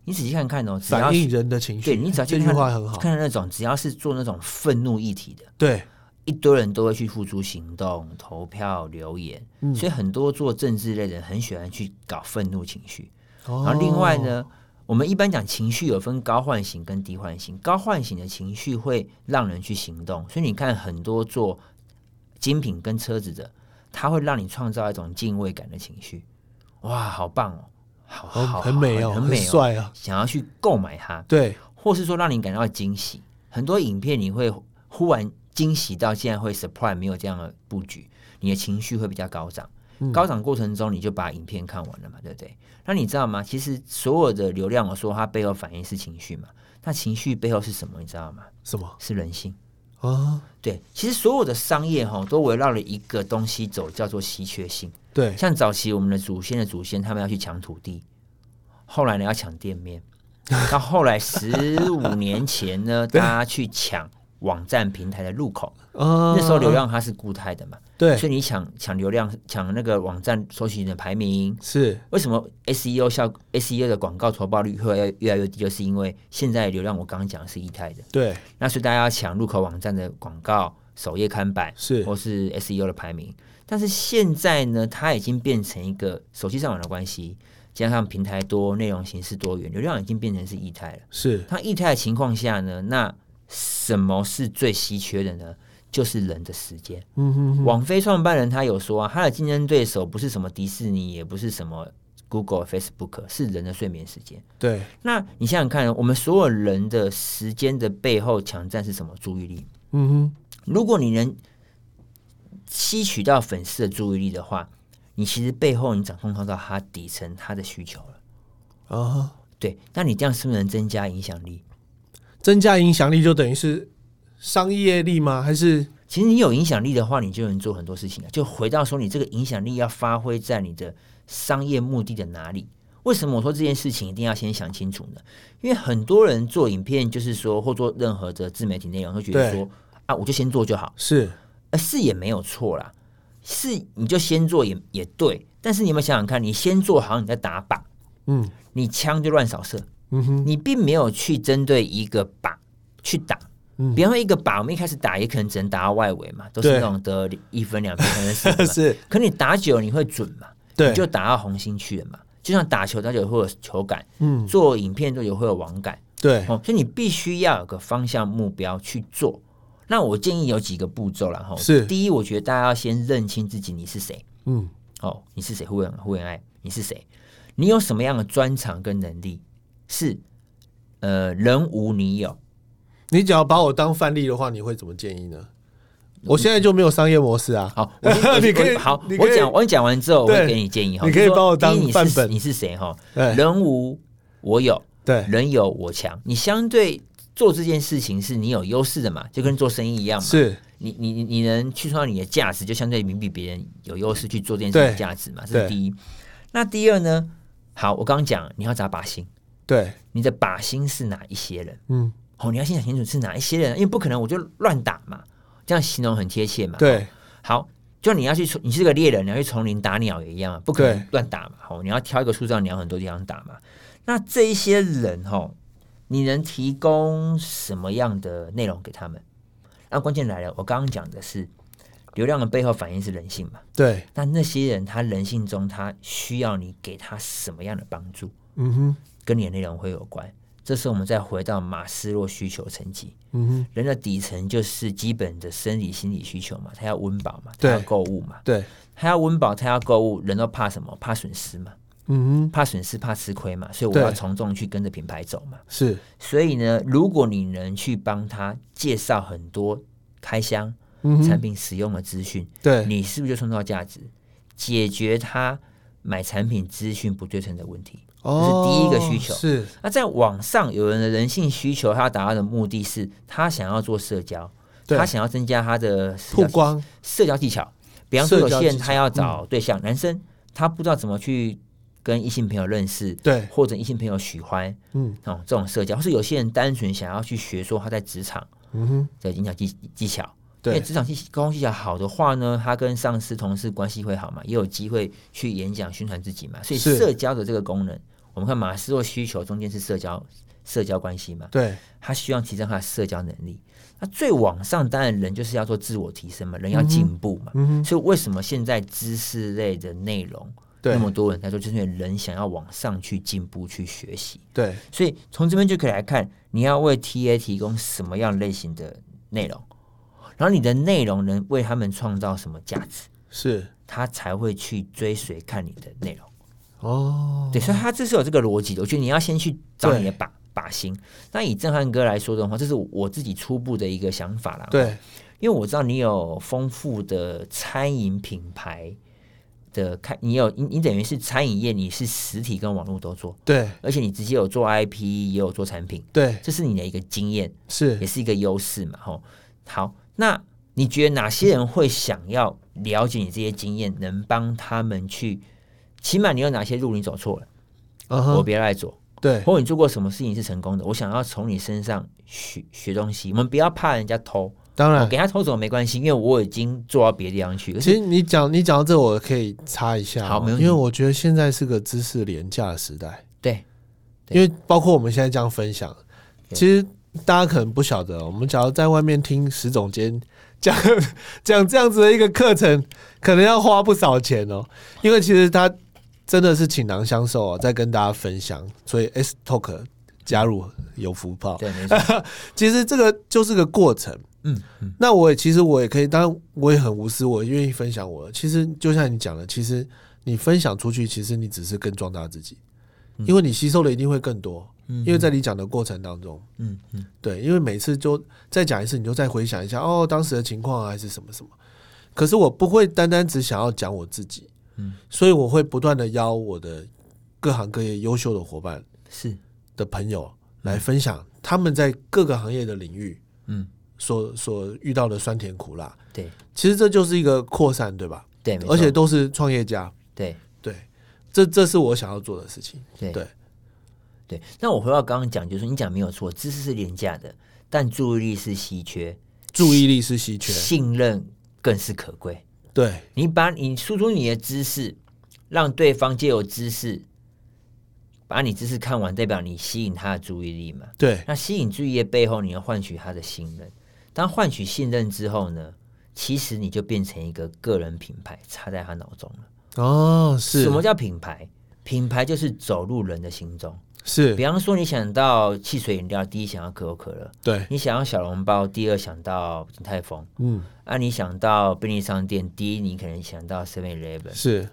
Speaker 2: 你仔细看看哦，只要
Speaker 1: 反映人的情绪，
Speaker 2: 对你只要去
Speaker 1: 这句
Speaker 2: 看
Speaker 1: 话很好，
Speaker 2: 看那种只要是做那种愤怒议题的，
Speaker 1: 对，
Speaker 2: 一堆人都会去付诸行动、投票、留言，
Speaker 1: 嗯
Speaker 2: 所以很多做政治类的人很喜欢去搞愤怒情绪。然后另外
Speaker 1: 哦
Speaker 2: 呢，我们一般讲情绪有分高唤醒跟低唤醒，高唤醒的情绪会让人去行动，所以你看很多做精品跟车子的，它会让你创造一种敬畏感的情绪。哇，好棒哦！好
Speaker 1: 哦，
Speaker 2: 好，
Speaker 1: 很美
Speaker 2: 好
Speaker 1: 哦，
Speaker 2: 很美哦，
Speaker 1: 帅啊，
Speaker 2: 想要去购买它。
Speaker 1: 对，
Speaker 2: 或是说让你感到惊喜。很多影片你会忽然惊喜到，竟然会 surprise 没有这样的布局，你的情绪会比较高涨。高涨过程中，你就把影片看完了嘛，对不对？那你知道吗？其实所有的流量，我说它背后反映是情绪嘛。那情绪背后是什么？你知道吗？
Speaker 1: 什么
Speaker 2: 是人性。
Speaker 1: 啊？
Speaker 2: 对，其实所有的商业哈都围绕了一个东西走，叫做稀缺性。
Speaker 1: 对，
Speaker 2: 像早期我们的祖先的祖先，他们要去抢土地，后来呢要抢店面，到后来十五年前呢，大家去抢网站平台的入口，
Speaker 1: 啊，
Speaker 2: 那时候流量它是固态的嘛，
Speaker 1: 对
Speaker 2: 所以你抢抢流量，抢那个网站搜寻的排名。
Speaker 1: 是
Speaker 2: 为什么 SEO 效 SEO 的广告投报率会越来越低？就是因为现在流量我刚刚讲的是一态的，
Speaker 1: 对
Speaker 2: 那所以大家要抢入口网站的广告、首页看板，
Speaker 1: 是
Speaker 2: 或是 SEO 的排名。但是现在呢，它已经变成一个手机上网的关系，加上平台多、内容形式多元，流量已经变成是液态了。
Speaker 1: 是
Speaker 2: 它液态的情况下呢，那什么是最稀缺的呢？就是人的时间。
Speaker 1: 嗯哼
Speaker 2: 网飞创办人他有说啊，他的竞争对手不是什么迪士尼，也不是什么 Google、Facebook，是人的睡眠时间。
Speaker 1: 对
Speaker 2: 那你想想看，我们所有人的时间的背后抢占是什么？注意力。
Speaker 1: 嗯哼
Speaker 2: 如果你能吸取到粉丝的注意力的话，你其实背后你掌控到他底层他的需求了。
Speaker 1: 啊哈，
Speaker 2: 对，那你这样是不是能增加影响力？
Speaker 1: 增加影响力就等于是商业力吗？还是
Speaker 2: 其实你有影响力的话，你就能做很多事情啊了。就回到说，你这个影响力要发挥在你的商业目的的哪里？为什么我说这件事情一定要先想清楚呢？因为很多人做影片，就是说或做任何的自媒体内容，会觉得
Speaker 1: 对
Speaker 2: 说啊，我就先做就好。
Speaker 1: 是
Speaker 2: 呃，是也没有错啦，是你就先做也也对，但是你有没有想想看，你先做好你在打靶，
Speaker 1: 嗯
Speaker 2: 你枪就乱扫射，
Speaker 1: 嗯哼
Speaker 2: 你并没有去针对一个靶去打。
Speaker 1: 嗯
Speaker 2: 比方说一个靶，我们一开始打也可能只能打到外围嘛，都是
Speaker 1: 对
Speaker 2: 那种得一分、两分、三分、四分嘛。
Speaker 1: 是
Speaker 2: 可你打久了你会准嘛？
Speaker 1: 对
Speaker 2: 你就打到红心去了嘛。就像打球，打久会有球感；
Speaker 1: 嗯
Speaker 2: 做影片做久会有网感。
Speaker 1: 对
Speaker 2: 哦，所以你必须要有个方向目标去做。那我建议有几个步骤啦，哈、
Speaker 1: 是
Speaker 2: 第一，我觉得大家要先认清自己你是谁，
Speaker 1: 嗯
Speaker 2: 哦，你是谁？胡文胡文爱，你是谁？你有什么样的专长跟能力？是呃，人无你有，
Speaker 1: 你只要把我当范例的话，你会怎么建议呢？我现在就没有商业模式啊，
Speaker 2: 好，我先我
Speaker 1: 你可以
Speaker 2: 我好
Speaker 1: 你，可
Speaker 2: 我
Speaker 1: 以
Speaker 2: 讲我讲完之后，我
Speaker 1: 对
Speaker 2: 会给你建议哈。
Speaker 1: 你
Speaker 2: 就
Speaker 1: 可以
Speaker 2: 说
Speaker 1: 把我当
Speaker 2: 第一你
Speaker 1: 范
Speaker 2: 是
Speaker 1: 本哎
Speaker 2: 你是谁哈？
Speaker 1: 对
Speaker 2: 人无我有，
Speaker 1: 对
Speaker 2: 人有我强。你相对做这件事情是你有优势的嘛，就跟做生意一样嘛。
Speaker 1: 是
Speaker 2: 你你你你能去创造你的价值，就相对明比别人有优势去做这件事情的
Speaker 1: 对
Speaker 2: 价值嘛，这
Speaker 1: 对
Speaker 2: 是第一。那第二呢？好，我刚刚讲你要找靶心，
Speaker 1: 对，
Speaker 2: 你的靶心是哪一些人？
Speaker 1: 嗯，
Speaker 2: 哦，你要先想清楚是哪一些人，因为不可能我就乱打嘛，这样形容很贴切嘛。，
Speaker 1: 对
Speaker 2: 好，就你要去丛，你是个猎人，你要去丛林打鸟也一样啊，不可能
Speaker 1: 对
Speaker 2: 乱打嘛。哦，你要挑一个树上鸟很多地方打嘛。那这一些人哦，你能提供什么样的内容给他们？那关键来了，我刚刚讲的是流量的背后反应是人性嘛？
Speaker 1: 对，
Speaker 2: 那那些人他人性中他需要你给他什么样的帮助，
Speaker 1: 嗯哼，
Speaker 2: 跟你的内容会有关。这时候我们再回到马斯洛需求层级，
Speaker 1: 嗯哼，
Speaker 2: 人的底层就是基本的生理、心理需求嘛，他要温饱嘛，他
Speaker 1: 对
Speaker 2: 要购物嘛，
Speaker 1: 对，
Speaker 2: 他要温饱，他要购物，人都怕什么？怕损失嘛，
Speaker 1: 嗯哼，
Speaker 2: 怕损失，怕吃亏嘛，所以我
Speaker 1: 对
Speaker 2: 要从众去跟着品牌走嘛。
Speaker 1: 是，
Speaker 2: 所以呢，如果你能去帮他介绍很多开箱、
Speaker 1: 嗯
Speaker 2: 产
Speaker 1: 哼，
Speaker 2: 品使用的资讯，
Speaker 1: 对，
Speaker 2: 你是不是就创造价值，解决他买产品资讯不对称的问题？这是第一个需求
Speaker 1: 哦是，
Speaker 2: 那在网上，有人的人性需求，他要达到的目的是他想要做社交，
Speaker 1: 对
Speaker 2: 他想要增加他的社交
Speaker 1: 曝光，
Speaker 2: 社交技巧。比方说，有
Speaker 1: 社交
Speaker 2: 些
Speaker 1: 技巧嗯
Speaker 2: 人他要找对象，男生他不知道怎么去跟异性朋友认识，
Speaker 1: 对，
Speaker 2: 或者异性朋友喜欢
Speaker 1: 嗯
Speaker 2: 哦这种社交，或是有些人单纯想要去学说他在职场
Speaker 1: 嗯哼，
Speaker 2: 的演讲技技巧。因为
Speaker 1: 对，
Speaker 2: 职场技沟通技巧好的话呢，他跟上司、同事关系会好嘛，也有机会去演讲宣传自己嘛。所以
Speaker 1: 是
Speaker 2: 社交的这个功能，我们看马斯洛需求中间是社交社交关系嘛，
Speaker 1: 对，
Speaker 2: 他希望提升他的社交能力。那最往上当然人就是要做自我提升嘛，人要进步嘛。
Speaker 1: 嗯哼，
Speaker 2: 所以为什么现在知识类的内容
Speaker 1: 对
Speaker 2: 那，么多人在做，就是因为人想要往上去进步、去学习。
Speaker 1: 对，
Speaker 2: 所以从这边就可以来看，你要为 TA 提供什么样类型的内容，然后你的内容能为他们创造什么价值，
Speaker 1: 是，
Speaker 2: 他才会去追随看你的内容。
Speaker 1: 哦，
Speaker 2: 对，所以他这是有这个逻辑的。我觉得你要先去找
Speaker 1: 对
Speaker 2: 你的靶靶心。那以震撼哥来说的话，这是我自己初步的一个想法啦。，
Speaker 1: 对，
Speaker 2: 因为我知道你有丰富的餐饮品牌的开，你有你你等于是餐饮业，你是实体跟网络都做，
Speaker 1: 对，
Speaker 2: 而且你直接有做 IP，也有做产品。
Speaker 1: 对，
Speaker 2: 这是你的一个经验，
Speaker 1: 是
Speaker 2: 也，是一个优势嘛，吼。好，那你觉得哪些人会想要了解你这些经验，能帮他们去？起码你有哪些路你走错了，
Speaker 1: 嗯
Speaker 2: 我
Speaker 1: 哼，
Speaker 2: 别来走，
Speaker 1: 对，
Speaker 2: 或者你做过什么事情是成功的，我想要从你身上学学东西。我们不要怕人家偷，
Speaker 1: 当
Speaker 2: 我
Speaker 1: 然。
Speaker 2: 给他偷走没关系，因为我已经做到别的地方去。可
Speaker 1: 其
Speaker 2: 是
Speaker 1: 实你讲你讲到这，我可以插一下哦、
Speaker 2: 好没问题
Speaker 1: 因为我觉得现在是个知识廉价的时代，
Speaker 2: 对
Speaker 1: 因
Speaker 2: 对
Speaker 1: 为包括我们现在这样分享，
Speaker 2: 对
Speaker 1: 其实大家可能不晓得，我们假如在外面听石总监讲 讲这样子的一个课程，可能要花不少钱哦、因为其实他真的是倾囊相授哦，在跟大家分享，所以 S Talk 加入有福报。
Speaker 2: 对，没错，
Speaker 1: 其实这个就是个过程。
Speaker 2: 嗯嗯，
Speaker 1: 那我也其实我也可以，当然我也很无私，我愿意分享我的。其实就像你讲的，其实你分享出去，其实你只是更壮大自己，
Speaker 2: 嗯
Speaker 1: 因为你吸收的一定会更多。因为在你讲的过程当中，
Speaker 2: 嗯嗯，
Speaker 1: 对，因为每次就再讲一次，你就再回想一下哦，当时的情况啊还是什么什么。可是我不会单单只想要讲我自己，
Speaker 2: 嗯，
Speaker 1: 所以我会不断的邀我的各行各业优秀的伙伴
Speaker 2: 是，
Speaker 1: 的朋友来分享他们在各个行业的领域
Speaker 2: 嗯，
Speaker 1: 所所遇到的酸甜苦辣。
Speaker 2: 对
Speaker 1: 其实这就是一个扩散，对吧？
Speaker 2: 对，哎没错
Speaker 1: 而且都是创业家，
Speaker 2: 对
Speaker 1: 对，这这是我想要做的事情。
Speaker 2: 对
Speaker 1: 对
Speaker 2: 对，那我回到刚刚讲，就是你讲没有错，知识是廉价的，但注意力是稀缺，
Speaker 1: 注意力是稀缺，
Speaker 2: 信任更是可贵。
Speaker 1: 对
Speaker 2: 你把你输出你的知识，让对方借由知识把你知识看完，代表你吸引他的注意力嘛？
Speaker 1: 对
Speaker 2: 那吸引注意力的背后，你要换取他的信任。当换取信任之后呢，其实你就变成一个个人品牌插在他脑中了。
Speaker 1: 哦，是
Speaker 2: 什么叫品牌？品牌就是走入人的心中。
Speaker 1: 是
Speaker 2: 比方说，你想到汽水饮料，第一想到可口可乐；
Speaker 1: 对，
Speaker 2: 你想到小笼包，第二想到鼎泰丰；
Speaker 1: 嗯，
Speaker 2: 啊，你想到便利商店，第一你可能想到 Seven Eleven。
Speaker 1: 是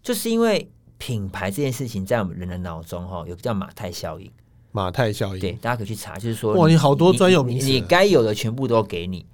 Speaker 2: 就是因为品牌这件事情在我们人的脑中哈、哦，有个叫马太效应。
Speaker 1: 马太效
Speaker 2: 对，
Speaker 1: 应，
Speaker 2: 大家可以去查，就是说，
Speaker 1: 哇你好多专有名词啊
Speaker 2: 你你该有的全部都给你，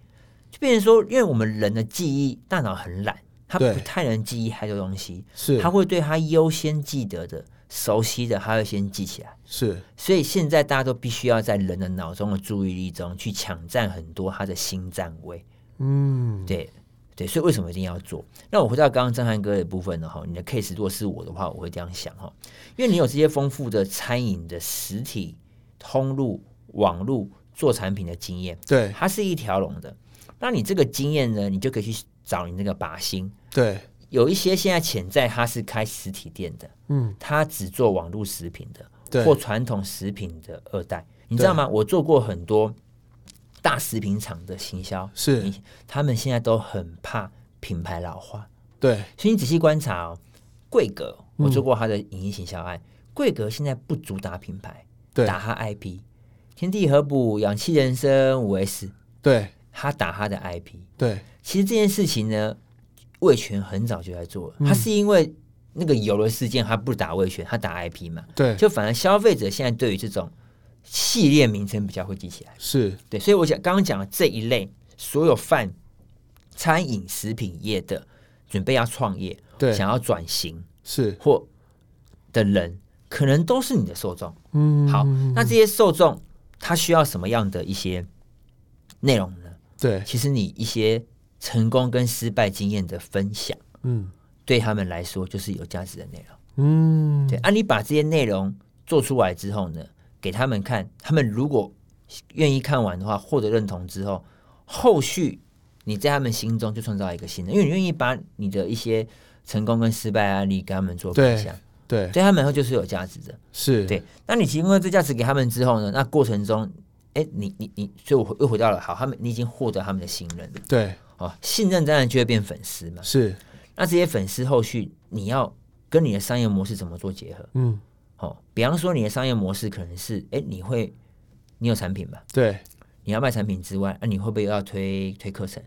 Speaker 2: 就变成说，因为我们人的记忆大脑很懒，他
Speaker 1: 对
Speaker 2: 不太能记忆太多东西，
Speaker 1: 是
Speaker 2: 他会对他优先记得的熟悉的，他会先记起来。
Speaker 1: 是
Speaker 2: 所以现在大家都必须要在人的脑中的注意力中去抢占很多他的新站位。
Speaker 1: 嗯，
Speaker 2: 对对，所以为什么一定要做？那我回到刚刚张翰哥的部分呢？哈，你的 case 如果是我的话，我会这样想哈，因为你有这些丰富的餐饮的实体通路、网路做产品的经验，
Speaker 1: 对
Speaker 2: 它是一条龙的。那你这个经验呢，你就可以去找你那个靶心。
Speaker 1: 对，
Speaker 2: 有一些现在潜在它是开实体店的，
Speaker 1: 嗯，
Speaker 2: 它只做网络食品的，
Speaker 1: 对
Speaker 2: 或传统食品的二代，你知道吗？我做过很多大食品厂的行销，
Speaker 1: 是
Speaker 2: 你他们现在都很怕品牌老化，
Speaker 1: 对，
Speaker 2: 所以你仔细观察哦，贵格，
Speaker 1: 嗯
Speaker 2: 我做过他的影音行销案，贵格现在不主打品牌，
Speaker 1: 对
Speaker 2: 打他 IP，天地合补、氧气人生、五 S，
Speaker 1: 对
Speaker 2: 他打他的 IP，
Speaker 1: 对
Speaker 2: 其实这件事情呢，味全很早就在做
Speaker 1: 嗯
Speaker 2: 了，他是因为那个有了事件，他不打味全，他打 IP 嘛，
Speaker 1: 对，
Speaker 2: 就反而消费者现在对于这种系列名称比较会记起来。
Speaker 1: 是
Speaker 2: 对，所以我讲刚刚讲的这一类所有泛餐饮食品业的准备要创业，
Speaker 1: 对
Speaker 2: 想要转型
Speaker 1: 是，
Speaker 2: 或的人，可能都是你的受众。
Speaker 1: 嗯，
Speaker 2: 好，那这些受众他需要什么样的一些内容呢？
Speaker 1: 对，
Speaker 2: 其实你一些成功跟失败经验的分享，
Speaker 1: 嗯
Speaker 2: 对他们来说就是有价值的内容。
Speaker 1: 嗯，
Speaker 2: 对，啊，你把这些内容做出来之后呢，给他们看，他们如果愿意看完的话，获得认同之后，后续你在他们心中就创造一个新的，因为你愿意把你的一些成功跟失败案例跟他们做分享，
Speaker 1: 对
Speaker 2: 对他们来说就是有价值的。
Speaker 1: 是，
Speaker 2: 对，那你提供了这价值给他们之后呢，那过程中，哎，你你你，所以我又回到了好，他们你已经获得他们的信任了。
Speaker 1: 对
Speaker 2: 哦，信任当然就会变粉丝嘛。
Speaker 1: 是，
Speaker 2: 那这些粉丝后续你要跟你的商业模式怎么做结合？
Speaker 1: 嗯
Speaker 2: 哦，比方说你的商业模式可能是，哎、你会你有产品嘛？
Speaker 1: 对，
Speaker 2: 你要卖产品之外，那、啊你会不会要推推课程？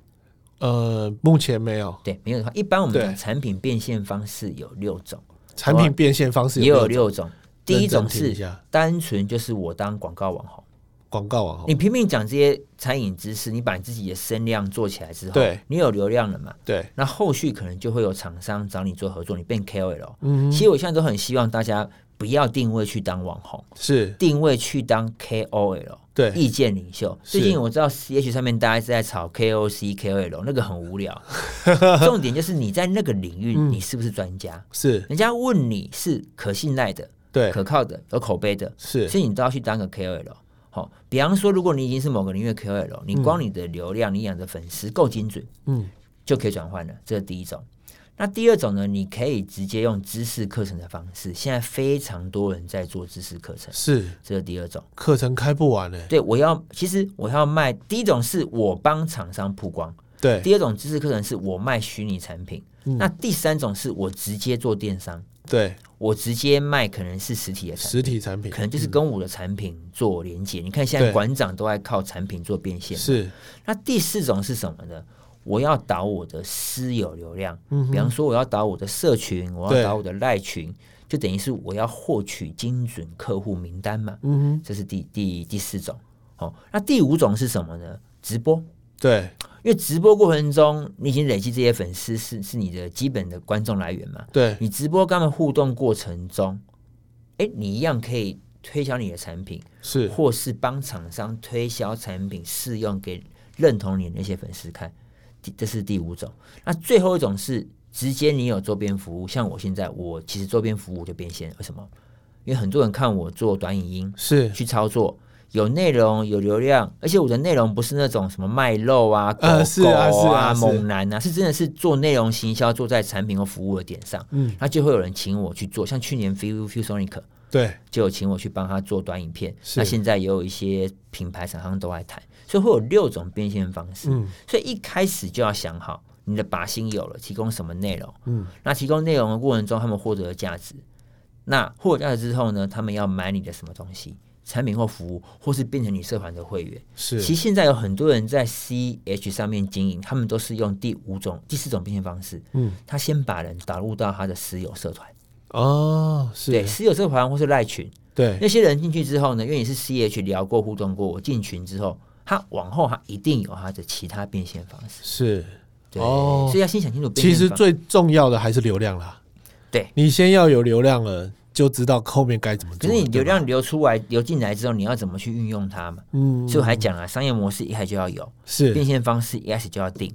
Speaker 1: 呃，目前没有
Speaker 2: 对，没有的话，一般我们
Speaker 1: 对
Speaker 2: 讲产品变现方式有六种，
Speaker 1: 产品变现方式，
Speaker 2: 也有六种。第一种
Speaker 1: 认真听一
Speaker 2: 是
Speaker 1: 下
Speaker 2: 单纯就是我当广告网红，
Speaker 1: 广告网红，
Speaker 2: 你拼命讲这些餐饮知识，你把你自己的声量做起来之后，
Speaker 1: 对，
Speaker 2: 你有流量了嘛？
Speaker 1: 对
Speaker 2: 那后续可能就会有厂商找你做合作，你变 KOL。
Speaker 1: 嗯
Speaker 2: 其实我现在都很希望大家不要定位去当网红，
Speaker 1: 是，
Speaker 2: 定位去当 KOL，
Speaker 1: 对
Speaker 2: 意见领袖。
Speaker 1: 是
Speaker 2: 最近我知道 CH 上面大家是在炒 KOC、KOL，那个很无聊。 重点就是你在那个领域，
Speaker 1: 嗯
Speaker 2: 你是不是专家？
Speaker 1: 是，
Speaker 2: 人家问你是可信赖的、
Speaker 1: 对
Speaker 2: 可靠的、有口碑的，
Speaker 1: 是
Speaker 2: 所以你都要去当个 KOL。好、比方说，如果你已经是某个领域的 KOL，你光你的流量、你养的粉丝够精准，
Speaker 1: 嗯
Speaker 2: 就可以转换了，这是第一种。那第二种呢？你可以直接用知识课程的方式，现在非常多人在做知识课程，
Speaker 1: 是，
Speaker 2: 这是第二种。
Speaker 1: 课程开不完呢，
Speaker 2: 对我要，其实我要卖，第一种是我帮厂商曝光，
Speaker 1: 对嗯
Speaker 2: 第二种知识课程是我卖虚拟产品，那第三种是我直接做电商，
Speaker 1: 对，
Speaker 2: 我直接卖可能是实体的产品，
Speaker 1: 实体产品
Speaker 2: 可能就是跟我的产品做连接。你看现在
Speaker 1: 嗯对
Speaker 2: 馆长都在靠产品做变现嘛，
Speaker 1: 是，
Speaker 2: 那第四种是什么呢？我要导我的私有流量，比方说我要导我的社群，
Speaker 1: 嗯
Speaker 2: 我
Speaker 1: 对
Speaker 2: 要导我的赖群，就等于是我要获取精准客户名单嘛。
Speaker 1: 嗯哼，
Speaker 2: 这是第第第四种。哦，那第五种是什么呢？直播，
Speaker 1: 对
Speaker 2: 因为直播过程中你已经累积这些粉丝是是你的基本的观众来源嘛。
Speaker 1: 对
Speaker 2: 你直播跟他们互动过程中，哎，你一样可以推销你的产品，
Speaker 1: 是，
Speaker 2: 或是帮厂商推销产品试用给认同你的那些粉丝看，第这是第五种。那最后一种是直接你有周边服务，像我现在我其实周边服务就变现，为什么？因为很多人看我做短影音
Speaker 1: 是
Speaker 2: 去操作。有内容，有流量，而且我的内容不是那种什么卖肉啊、狗狗
Speaker 1: 呃是啊是啊是
Speaker 2: 猛男啊，是真的是做内容行销，做在产品和服务的点上，
Speaker 1: 嗯，
Speaker 2: 那就会有人请我去做，像去年 Feel Feel Sonic，
Speaker 1: 对
Speaker 2: 就有请我去帮他做短影片。
Speaker 1: 是
Speaker 2: 那现在也有一些品牌厂商都来谈，所以会有六种变现方式。
Speaker 1: 嗯
Speaker 2: 所以一开始就要想好你的靶心有了，提供什么内容。
Speaker 1: 嗯
Speaker 2: 那提供内容的过程中，他们获得了价值。那获得价值之后呢，他们要买你的什么东西？产品或服务，或是变成你社团的会员。
Speaker 1: 是，
Speaker 2: 其实现在有很多人在 CH 上面经营，他们都是用第五种、第四种变现方式。
Speaker 1: 嗯
Speaker 2: 他先把人导入到他的私有社团，
Speaker 1: 哦
Speaker 2: 对，
Speaker 1: 是，
Speaker 2: 私有社团或是赖群，
Speaker 1: 对
Speaker 2: 那些人进去之后呢，因为你是 CH 聊过、互动过，我进群之后，他往后他一定有他的其他变现方式。
Speaker 1: 是，
Speaker 2: 对，
Speaker 1: 哦
Speaker 2: 所以要先想清楚变
Speaker 1: 其
Speaker 2: 现
Speaker 1: 实
Speaker 2: 方。
Speaker 1: 最重要的还是流量啦。
Speaker 2: 对
Speaker 1: 你先要有流量了，就知道后面该怎么
Speaker 2: 可
Speaker 1: 做。
Speaker 2: 是你
Speaker 1: 对
Speaker 2: 流
Speaker 1: 吧
Speaker 2: 量流出来、流进来之后，你要怎么去运用它嘛？
Speaker 1: 嗯
Speaker 2: 所以我还讲了，商业模式一开始就要有，变
Speaker 1: 是
Speaker 2: 现方式一开始就要定。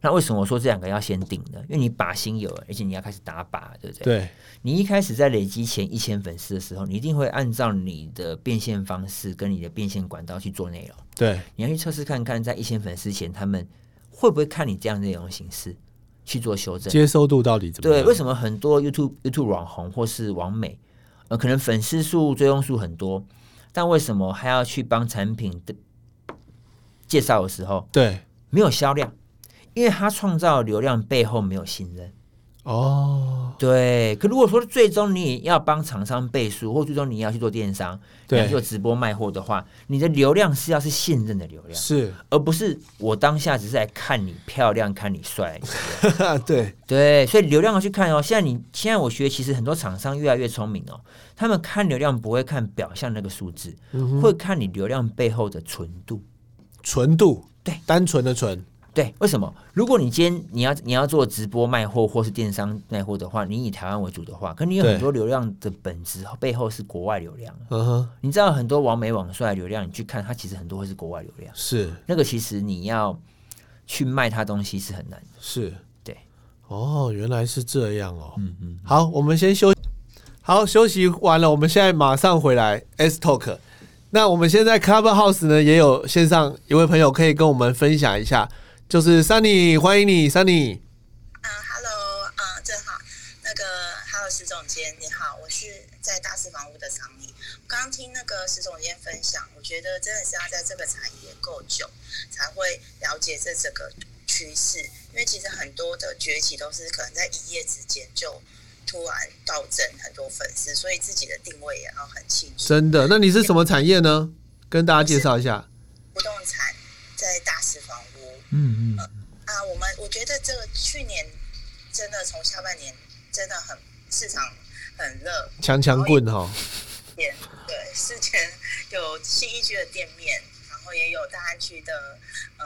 Speaker 2: 那为什么我说这两个要先定呢？因为你靶心有了，而且你要开始打靶，对不对？
Speaker 1: 对
Speaker 2: 你一开始在累积前一千粉丝的时候，你一定会按照你的变现方式跟你的变现管道去做内容。
Speaker 1: 对
Speaker 2: 你要去测试看看，在一千粉丝前，他们会不会看你这样的内容形式去做修正？
Speaker 1: 接收度到底怎么
Speaker 2: 对，
Speaker 1: 样？
Speaker 2: 为什么很多 YouTube YouTube 网红或是网美，呃，可能粉丝数、追踪数很多，但为什么还要去帮产品的介绍的时候
Speaker 1: 对
Speaker 2: 没有销量？因为他创造流量背后没有信任。
Speaker 1: 哦，
Speaker 2: 对，可如果说最终你要帮厂商背书，或最终你要去做电商，你要
Speaker 1: 对
Speaker 2: 去做直播卖货的话，你的流量是要是信任的流量，
Speaker 1: 是
Speaker 2: 而不是我当下只是来看你漂亮、看你帅。
Speaker 1: 对
Speaker 2: 对，所以流量要去看哦。现在你现在我学，其实很多厂商越来越聪明哦，他们看流量不会看表象那个数字，会看你流量背后的纯度。
Speaker 1: 纯度，
Speaker 2: 对
Speaker 1: 单纯的纯，
Speaker 2: 对，为什么？如果你今天你要你要做直播卖货或是电商卖货的话，你以台湾为主的话，可你有
Speaker 1: 对
Speaker 2: 很多流量的本质背后是国外流量啊。
Speaker 1: 嗯哼，
Speaker 2: 你知道很多网美网帅的流量，你去看它其实很多会是国外流量，
Speaker 1: 是
Speaker 2: 那个其实你要去卖它东西是很难的。
Speaker 1: 是，
Speaker 2: 对，
Speaker 1: 哦，原来是这样哦。
Speaker 2: 嗯嗯，
Speaker 1: 好，我们先休，好，休息完了，我们现在马上回来 S Talk。那我们现在 Clubhouse 呢，也有线上一位朋友可以跟我们分享一下，就是 Sunny，欢迎你，Sunny。
Speaker 3: 啊，Hello，啊，正好，那个 Hello，石总监，你好，我是在大四房屋的桑尼。我刚刚听那个石总监分享，我觉得真的是要在这个产业够久，才会了解这整个趋势。因为其实很多的崛起都是可能在一夜之间就突然暴增很多粉丝，所以自己的定位也要很清楚。
Speaker 1: 真的，那你是什么产业呢？跟大家介绍一下。
Speaker 3: 不动产在大四房屋，
Speaker 2: 嗯嗯，
Speaker 3: 啊，我们我觉得这个去年真的从下半年真的很市场很热，
Speaker 1: 强强棍哦哈、
Speaker 3: 店对，之前有信义区的店面，然后也有大安区的呃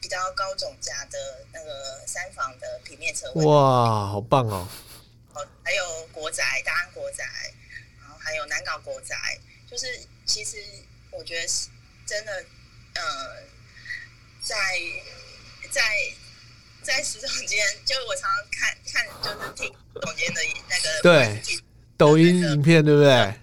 Speaker 3: 比较高总价的那个三房的平面车位，
Speaker 1: 哇，好棒哦！
Speaker 3: 哦，还有国宅、大安国宅，然后还有南港国宅，就是其实我觉得是真的，呃，在在在时总间，就我常常看看，就是听总监的那个
Speaker 1: 对
Speaker 3: 剧
Speaker 1: 抖音影片对不对？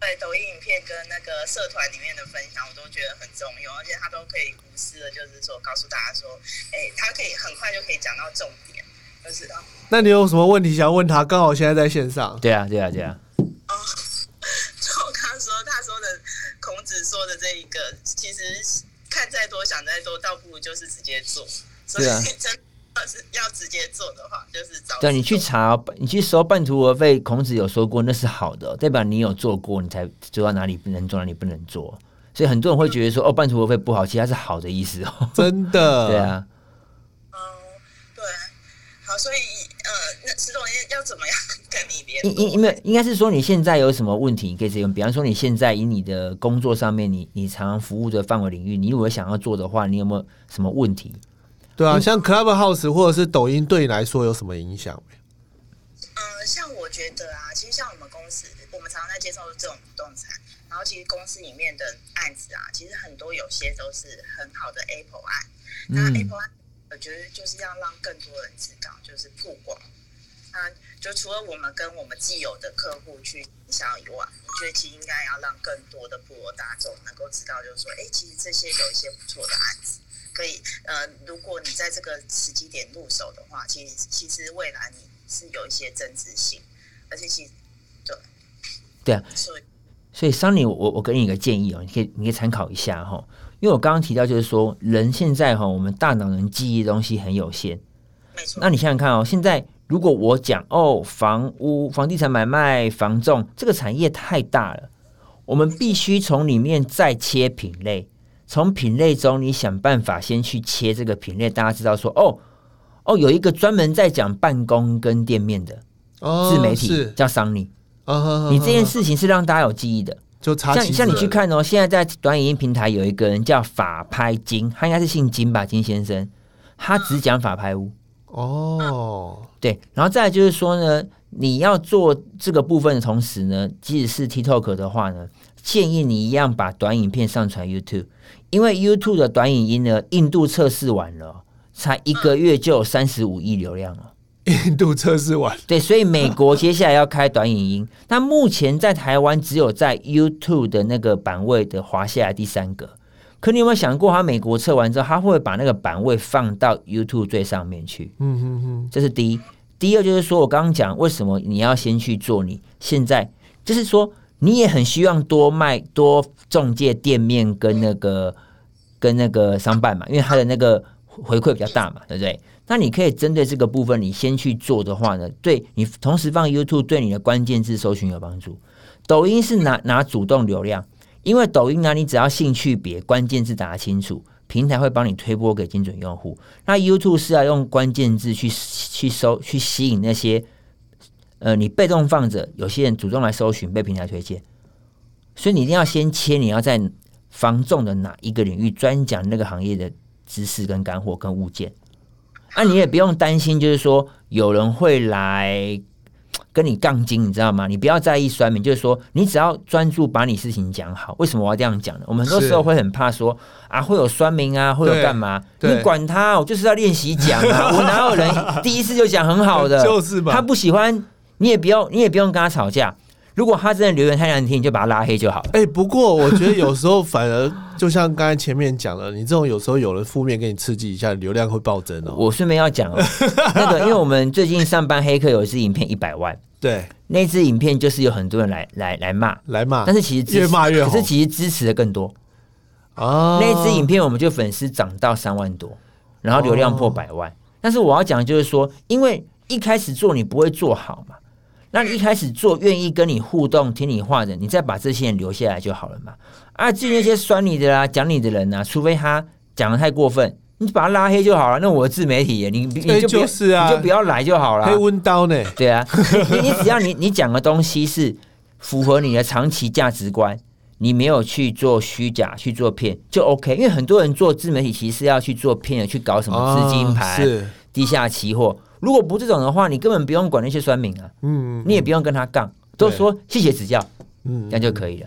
Speaker 3: 对抖音影片跟那个社团里面的分享，我都觉得很重用，而且他都可以无私的，就是说告诉大家说，哎，他可以很快就可以讲到重点，就是哦
Speaker 1: 那你有什么问题想要问他？刚好现在在线上。
Speaker 2: 对啊对啊对啊，
Speaker 3: 哦， 就我刚刚说他说的孔子说的这一个，其实看再多想再多，倒不如就是直接做。所以
Speaker 2: 对啊
Speaker 3: 真的是要直接做的话，就是早
Speaker 2: 对啊你去
Speaker 3: 做
Speaker 2: 查哦，你去收半途而废，孔子有说过那是好的哦、代表你有做过，你才知道哪里不能做，哪里不能做。所以很多人会觉得说，哦，半途而废不好，其实它是好的意思哦。
Speaker 1: 真的，
Speaker 2: 对，啊，
Speaker 3: 嗯，对。好，所以呃，那石总监要怎么样 跟你联
Speaker 2: 应
Speaker 3: 络？
Speaker 2: 应因为应该是说你现在有什么问题，你可以直接用。比方说你现在以你的工作上面，你你常常服务的范围领域，你如果想要做的话，你有没有什么问题？
Speaker 1: 对
Speaker 2: 嗯
Speaker 1: 啊，像 Clubhouse 或者是抖音，对你来说有什么影响没？
Speaker 3: 嗯，像我觉得啊，其实像我们公司，我们常常在接受这种不动产，然后其实公司里面的案子啊，其实很多有些都是很好的 Apple 案，那
Speaker 2: 嗯
Speaker 3: Apple 案我觉得就是要让更多人知道，就是曝光。那就除了我们跟我们既有的客户去营销以外，我觉得其实应该要让更多的普罗大众能够知道，就是说，哎，其实这些有一些不错的案子。可以，呃，如果你在这个时机点入手的话，其实其实未来你是有一些增值性，而且其实对，
Speaker 2: 对啊，
Speaker 3: 所以
Speaker 2: 所以桑尼，我我我给你一个建议哦，你可以你可以参考一下哈、因为我刚刚提到就是说，人现在哈、我们大脑能记忆的东西很有限，
Speaker 3: 没错，
Speaker 2: 那你想想看哦，现在如果我讲哦，房屋、房地产买卖、房仲这个产业太大了，我们必须从里面再切品类，从品类中你想办法先去切这个品类，大家知道说哦哦，有一个专门在讲办公跟店面的
Speaker 1: 哦
Speaker 2: 自媒体、
Speaker 1: 是，
Speaker 2: 叫桑尼，
Speaker 1: 啊哈哈哈
Speaker 2: 你这件事情是让大家有记忆的。
Speaker 1: 就查
Speaker 2: 像
Speaker 1: 起
Speaker 2: 像你
Speaker 1: 子
Speaker 2: 去
Speaker 1: 了，
Speaker 2: 看哦，现在在短影音平台有一个人叫法拍金，他应该是姓金吧，金先生，他只讲法拍屋。
Speaker 1: 哦，
Speaker 2: 对，然后再来就是说呢，你要做这个部分的同时呢，即使是 TikTok 的话呢，建议你一样把短影片上传 YouTube，因为 YouTube 的短影音呢，印度测试完了，才一个月就有三十五亿流量了。
Speaker 1: 印度测试 完，
Speaker 2: 对，所以美国接下来要开短影音，那目前在台湾只有在 YouTube 的那个版位的滑下来第三个。可你有没有想过，他美国测完之后，他会不会把那个版位放到 YouTube 最上面去？
Speaker 1: 嗯嗯嗯，
Speaker 2: 这是第一。第二就是说我刚刚讲，为什么你要先去做你现在，就是说你也很希望多卖多中介店面跟那个跟那个商办嘛，因为它的那个回馈比较大嘛，对不对？那你可以针对这个部分，你先去做的话呢，对你同时放 YouTube 对你的关键字搜寻有帮助。抖音是拿拿主动流量，因为抖音呢，你只要兴趣别关键字打得清楚，平台会帮你推播给精准用户。那 YouTube 是要用关键字去去搜去吸引那些呃你被动放着，有些人主动来搜寻被平台推荐，所以你一定要先切你要在防重的哪一个领域专讲那个行业的知识跟干货跟物件。啊，你也不用担心，就是说有人会来跟你杠精，你知道吗？你不要在意酸民，就是说你只要专注把你事情讲好。为什么我要这样讲呢？我们很多
Speaker 1: 是
Speaker 2: 时候会很怕说啊，会有酸民啊，会有
Speaker 1: 对
Speaker 2: 干嘛？
Speaker 1: 对
Speaker 2: 你管他，我就是要练习讲啊，我哪 有人第一次就讲很好的？
Speaker 1: 就是嘛
Speaker 2: 他不喜欢你也不用，你也不用跟他吵架。如果他真的留言太难听，你就把他拉黑就好了。
Speaker 1: 哎、不过我觉得有时候反而就像刚才前面讲的，你这种有时候有人负面给你刺激一下，流量会暴增哦。
Speaker 2: 我顺便要 讲哦，那个，因为我们最近上班黑客有一支影片一百万，
Speaker 1: 对，
Speaker 2: 那支影片就是有很多人来来来骂，
Speaker 1: 来嘛，
Speaker 2: 但是其实支持
Speaker 1: 越骂越
Speaker 2: 可
Speaker 1: 红
Speaker 2: 是其实支持的更多。
Speaker 1: 啊，
Speaker 2: 那支影片我们就粉丝涨到三万多，然后流量
Speaker 1: 哦
Speaker 2: 破百万。但是我要讲的就是说，因为一开始做你不会做好嘛，那你一开始做愿意跟你互动、听你话的，你再把这些人留下来就好了嘛。啊，至于那些酸你的啦、讲你的人啊，除非他讲的太过分，你把他拉黑就好了。那我自媒体耶，你你
Speaker 1: 哎
Speaker 2: 你就不要、
Speaker 1: 就是啊
Speaker 2: 你就不要来就好了。
Speaker 1: 黑温刀呢？
Speaker 2: 对啊，你你只要你你讲的东西是符合你的长期价值观，你没有去做虚假、去做骗，就 OK。因为很多人做自媒体，其实是要去做骗的，去搞什么资金
Speaker 1: 啊
Speaker 2: 盘、
Speaker 1: 是，
Speaker 2: 地下期货。如果不这种的话，你根本不用管那些酸民啊，
Speaker 1: 嗯
Speaker 2: 你也不用跟他杠，都说谢谢指教，
Speaker 1: 嗯
Speaker 2: 这样就可以了。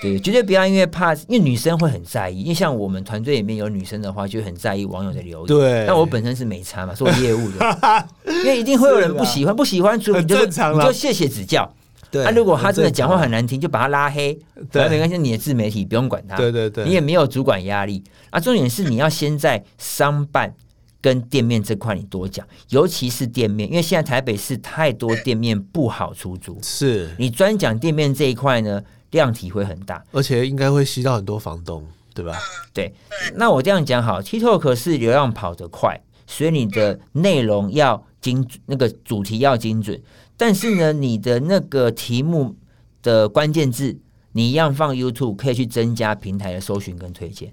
Speaker 2: 对，绝对不要因为怕，因为女生会很在意。因为像我们团队里面有女生的话，就会很在意网友的留言。
Speaker 1: 对
Speaker 2: 但我本身是没差嘛，是我业务的，因为一定会有人不喜欢，不喜欢，除非你就
Speaker 1: 啊很正常
Speaker 2: 你
Speaker 1: 啦
Speaker 2: 就谢谢指教。
Speaker 1: 对
Speaker 2: 啊，如果他真的
Speaker 1: 很正
Speaker 2: 讲
Speaker 1: 常
Speaker 2: 话很难听，就把他拉黑，
Speaker 1: 对
Speaker 2: 那没关系，你的自媒体不用管他，
Speaker 1: 对对对
Speaker 2: 你也没有主管压力。啊，重点是你要先在商办跟店面这块你多讲，尤其是店面，因为现在台北市太多店面不好出租，
Speaker 1: 是，
Speaker 2: 你专讲店面这一块呢，量体会很大。
Speaker 1: 而且应该会吸到很多房东，对吧？
Speaker 2: 对，那我这样讲好，TikTok 是流量跑得快，所以你的内容要精，那个主题要精准。但是呢，你的那个题目的关键字，你一样放 YouTube，可以去增加平台的搜寻跟推荐。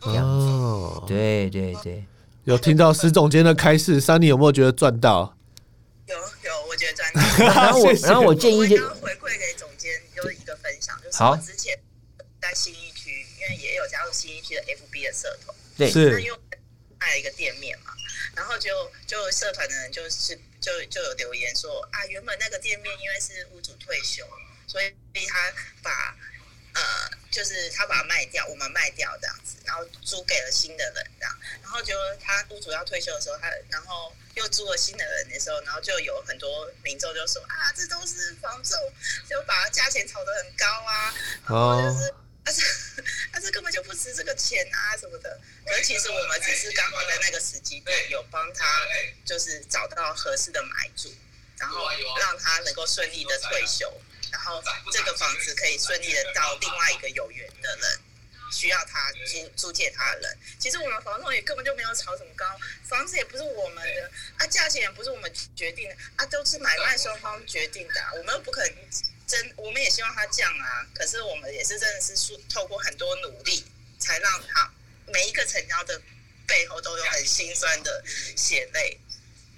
Speaker 2: 这
Speaker 3: 嗯
Speaker 2: 样子，
Speaker 1: 哦，
Speaker 2: 对对对，
Speaker 1: 有听到石总监的开示，桑尼有没有觉得赚 到？
Speaker 3: 有有，我觉得专
Speaker 2: 然后我
Speaker 1: 谢谢
Speaker 2: 然后 我建
Speaker 3: 我
Speaker 2: 议
Speaker 3: 一
Speaker 2: 就
Speaker 3: 定要回馈给总监，就是一个分享，就是
Speaker 2: 好
Speaker 3: 我之前在新一区，因为也有加入新一区的 FB 的社团，
Speaker 2: 对
Speaker 3: 那因
Speaker 1: 是
Speaker 3: 为我开了一个店面嘛，然后就就社团的人就是就就有留言说啊，原本那个店面因为是屋主退休，所以他把呃就是他把它卖掉，我们卖掉这样子，然后租给了新的人这样，然后就他屋主要退休的时候，他然后又租了新的人的时候，然后就有很多民众就说啊，这都是房仲，就把价钱炒得很高啊，然后就
Speaker 1: 哦
Speaker 3: 是。但是 但是根本就不值这个钱啊什么的。可是其实我们只是刚好在那个时机点有帮他，就是找到合适的买主，然后让他能够顺利的退休，然后这个房子可以顺利的到另外一个有缘的人。需要他租租借他的人，其实我们房东也根本就没有炒什么高，房子也不是我们的，啊，价钱也不是我们决定的，啊，都是买卖双方决定的啊、我们又不可能真，我们也希望它降啊，可是我们也是真的是说透过很多努力，才让它每一个成交的背后都有很心酸的血泪。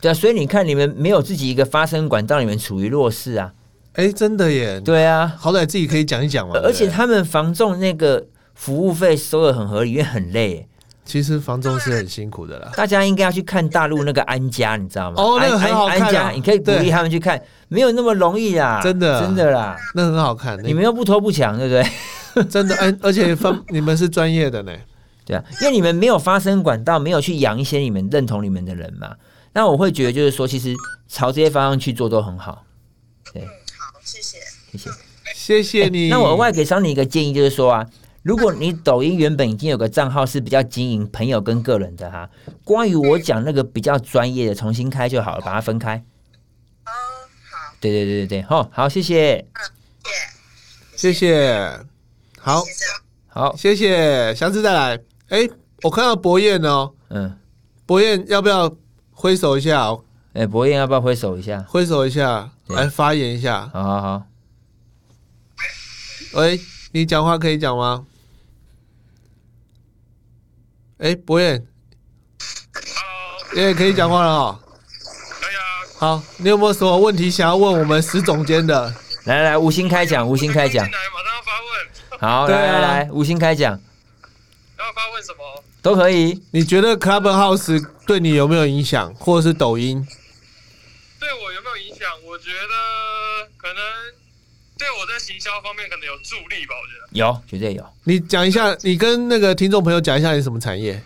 Speaker 2: 对啊，所以你看，你们没有自己一个发声管道，你们处于弱势啊。
Speaker 1: 哎，真的耶，
Speaker 2: 对啊，
Speaker 1: 好歹自己哦可以讲一讲嘛。
Speaker 2: 而
Speaker 1: 对
Speaker 2: 且
Speaker 1: 不对
Speaker 2: 他们房仲那个服务费收的很合理，因为很累耶。
Speaker 1: 其实房仲是很辛苦的啦。
Speaker 2: 大家应该要去看大陆那个安家，你知道吗？
Speaker 1: 哦那个
Speaker 2: 安
Speaker 1: 很好看啊
Speaker 2: 安安家，你可以鼓
Speaker 1: 对
Speaker 2: 励他们去看，没有那么容易啦，
Speaker 1: 真的啊
Speaker 2: 真的啦。
Speaker 1: 那很好看，
Speaker 2: 你们又不偷不抢，对不 对？
Speaker 1: 真的，嗯，而且分 你们是专业的呢，
Speaker 2: 对啊，因为你们没有发声管道，没有去养一些你们认同你们的人嘛。那我会觉得就是说，其实朝这些方向去做都很好。
Speaker 3: 嗯，好，谢谢。
Speaker 2: 谢谢。
Speaker 1: 谢谢你。
Speaker 2: 哎那我额外给桑尼一个建议，就是说啊，如果你抖音原本已经有个账号是比较经营朋友跟个人的哈、关于我讲那个比较专业的，重新开就好了，把它分开。
Speaker 3: 哦，好，
Speaker 2: 对对对对对，哦，好，谢谢，
Speaker 3: 谢
Speaker 1: 谢
Speaker 3: 谢。
Speaker 1: 谢，好，
Speaker 3: 谢谢
Speaker 2: 好，
Speaker 1: 谢谢，下次再来。哎，我看到博彦哦，
Speaker 2: 嗯，
Speaker 1: 博彦要不要挥手一下？
Speaker 2: 哎、博彦要不要挥手一下？
Speaker 1: 挥手一下，
Speaker 2: 对
Speaker 1: 来发言一下。
Speaker 2: 好好好，
Speaker 1: 喂，你讲话可以讲吗？哎，博彦，
Speaker 4: 好，
Speaker 1: 也可以讲话了哦。
Speaker 4: 可以啊。
Speaker 1: 好，你有没有什么问题想要问我们石总监的？
Speaker 2: 来来来，吴昕开讲，吴昕开讲
Speaker 4: 进，来马上要发问，
Speaker 2: 好，
Speaker 1: 对
Speaker 2: 来
Speaker 1: 啊
Speaker 2: 来来，吴昕开讲
Speaker 4: 要发问什么？
Speaker 2: 都可以。
Speaker 1: 你觉得 Clubhouse 对你有没有影响，或者是抖音？
Speaker 4: 对我有没有影响？我觉得可能对我在行销方面可能有助力吧。我觉得，
Speaker 2: 有，绝对有。
Speaker 1: 你讲一下，你跟那个听众朋友讲一下你是什么产业？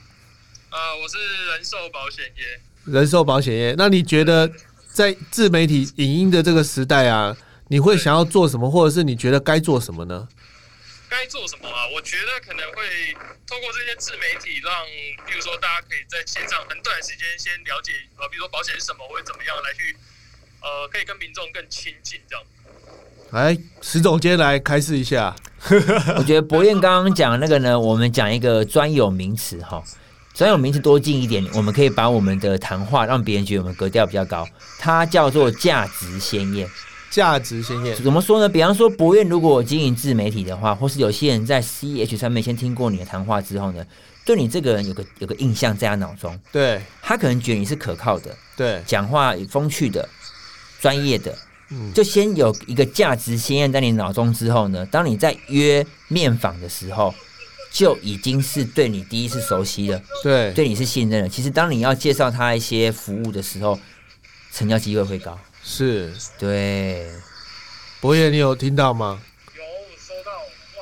Speaker 4: 呃，我是人寿保险业，
Speaker 1: 人寿保险业。那你觉得在自媒体影音的这个时代啊，你会想要做什么，或者是你觉得该做什么呢？
Speaker 4: 该做什么啊？我觉得可能会通过这些自媒体让，比如说大家可以在线上很短的时间先了解，呃，比如说保险是什么，或者怎么样来去，呃，可以跟民众更亲近这样。
Speaker 1: 来，石总监来开示一下。
Speaker 2: 我觉得博彦刚刚讲那个呢，我们讲一个专有名词哈，专有名词多进一点，我们可以把我们的谈话让别人觉得我们格调比较高，它叫做价值鲜艳。
Speaker 1: 价值先验，
Speaker 2: 怎么说呢？比方说博彦如果经营自媒体的话，或是有些人在 CH 上面先听过你的谈话之后呢，对你这个人有个有个印象在他脑中，
Speaker 1: 对
Speaker 2: 他可能觉得你是可靠的，
Speaker 1: 对，
Speaker 2: 讲话风趣的、专业的，
Speaker 1: 嗯
Speaker 2: 就先有一个价值鲜艳在你脑中之后呢，当你在约面访的时候，就已经是对你第一次熟悉了，
Speaker 1: 对
Speaker 2: 对你是信任了。其实当你要介绍他一些服务的时候，成交机会会高。
Speaker 1: 是。
Speaker 2: 对，
Speaker 1: 博彦，你有听到吗？
Speaker 4: 有我收到，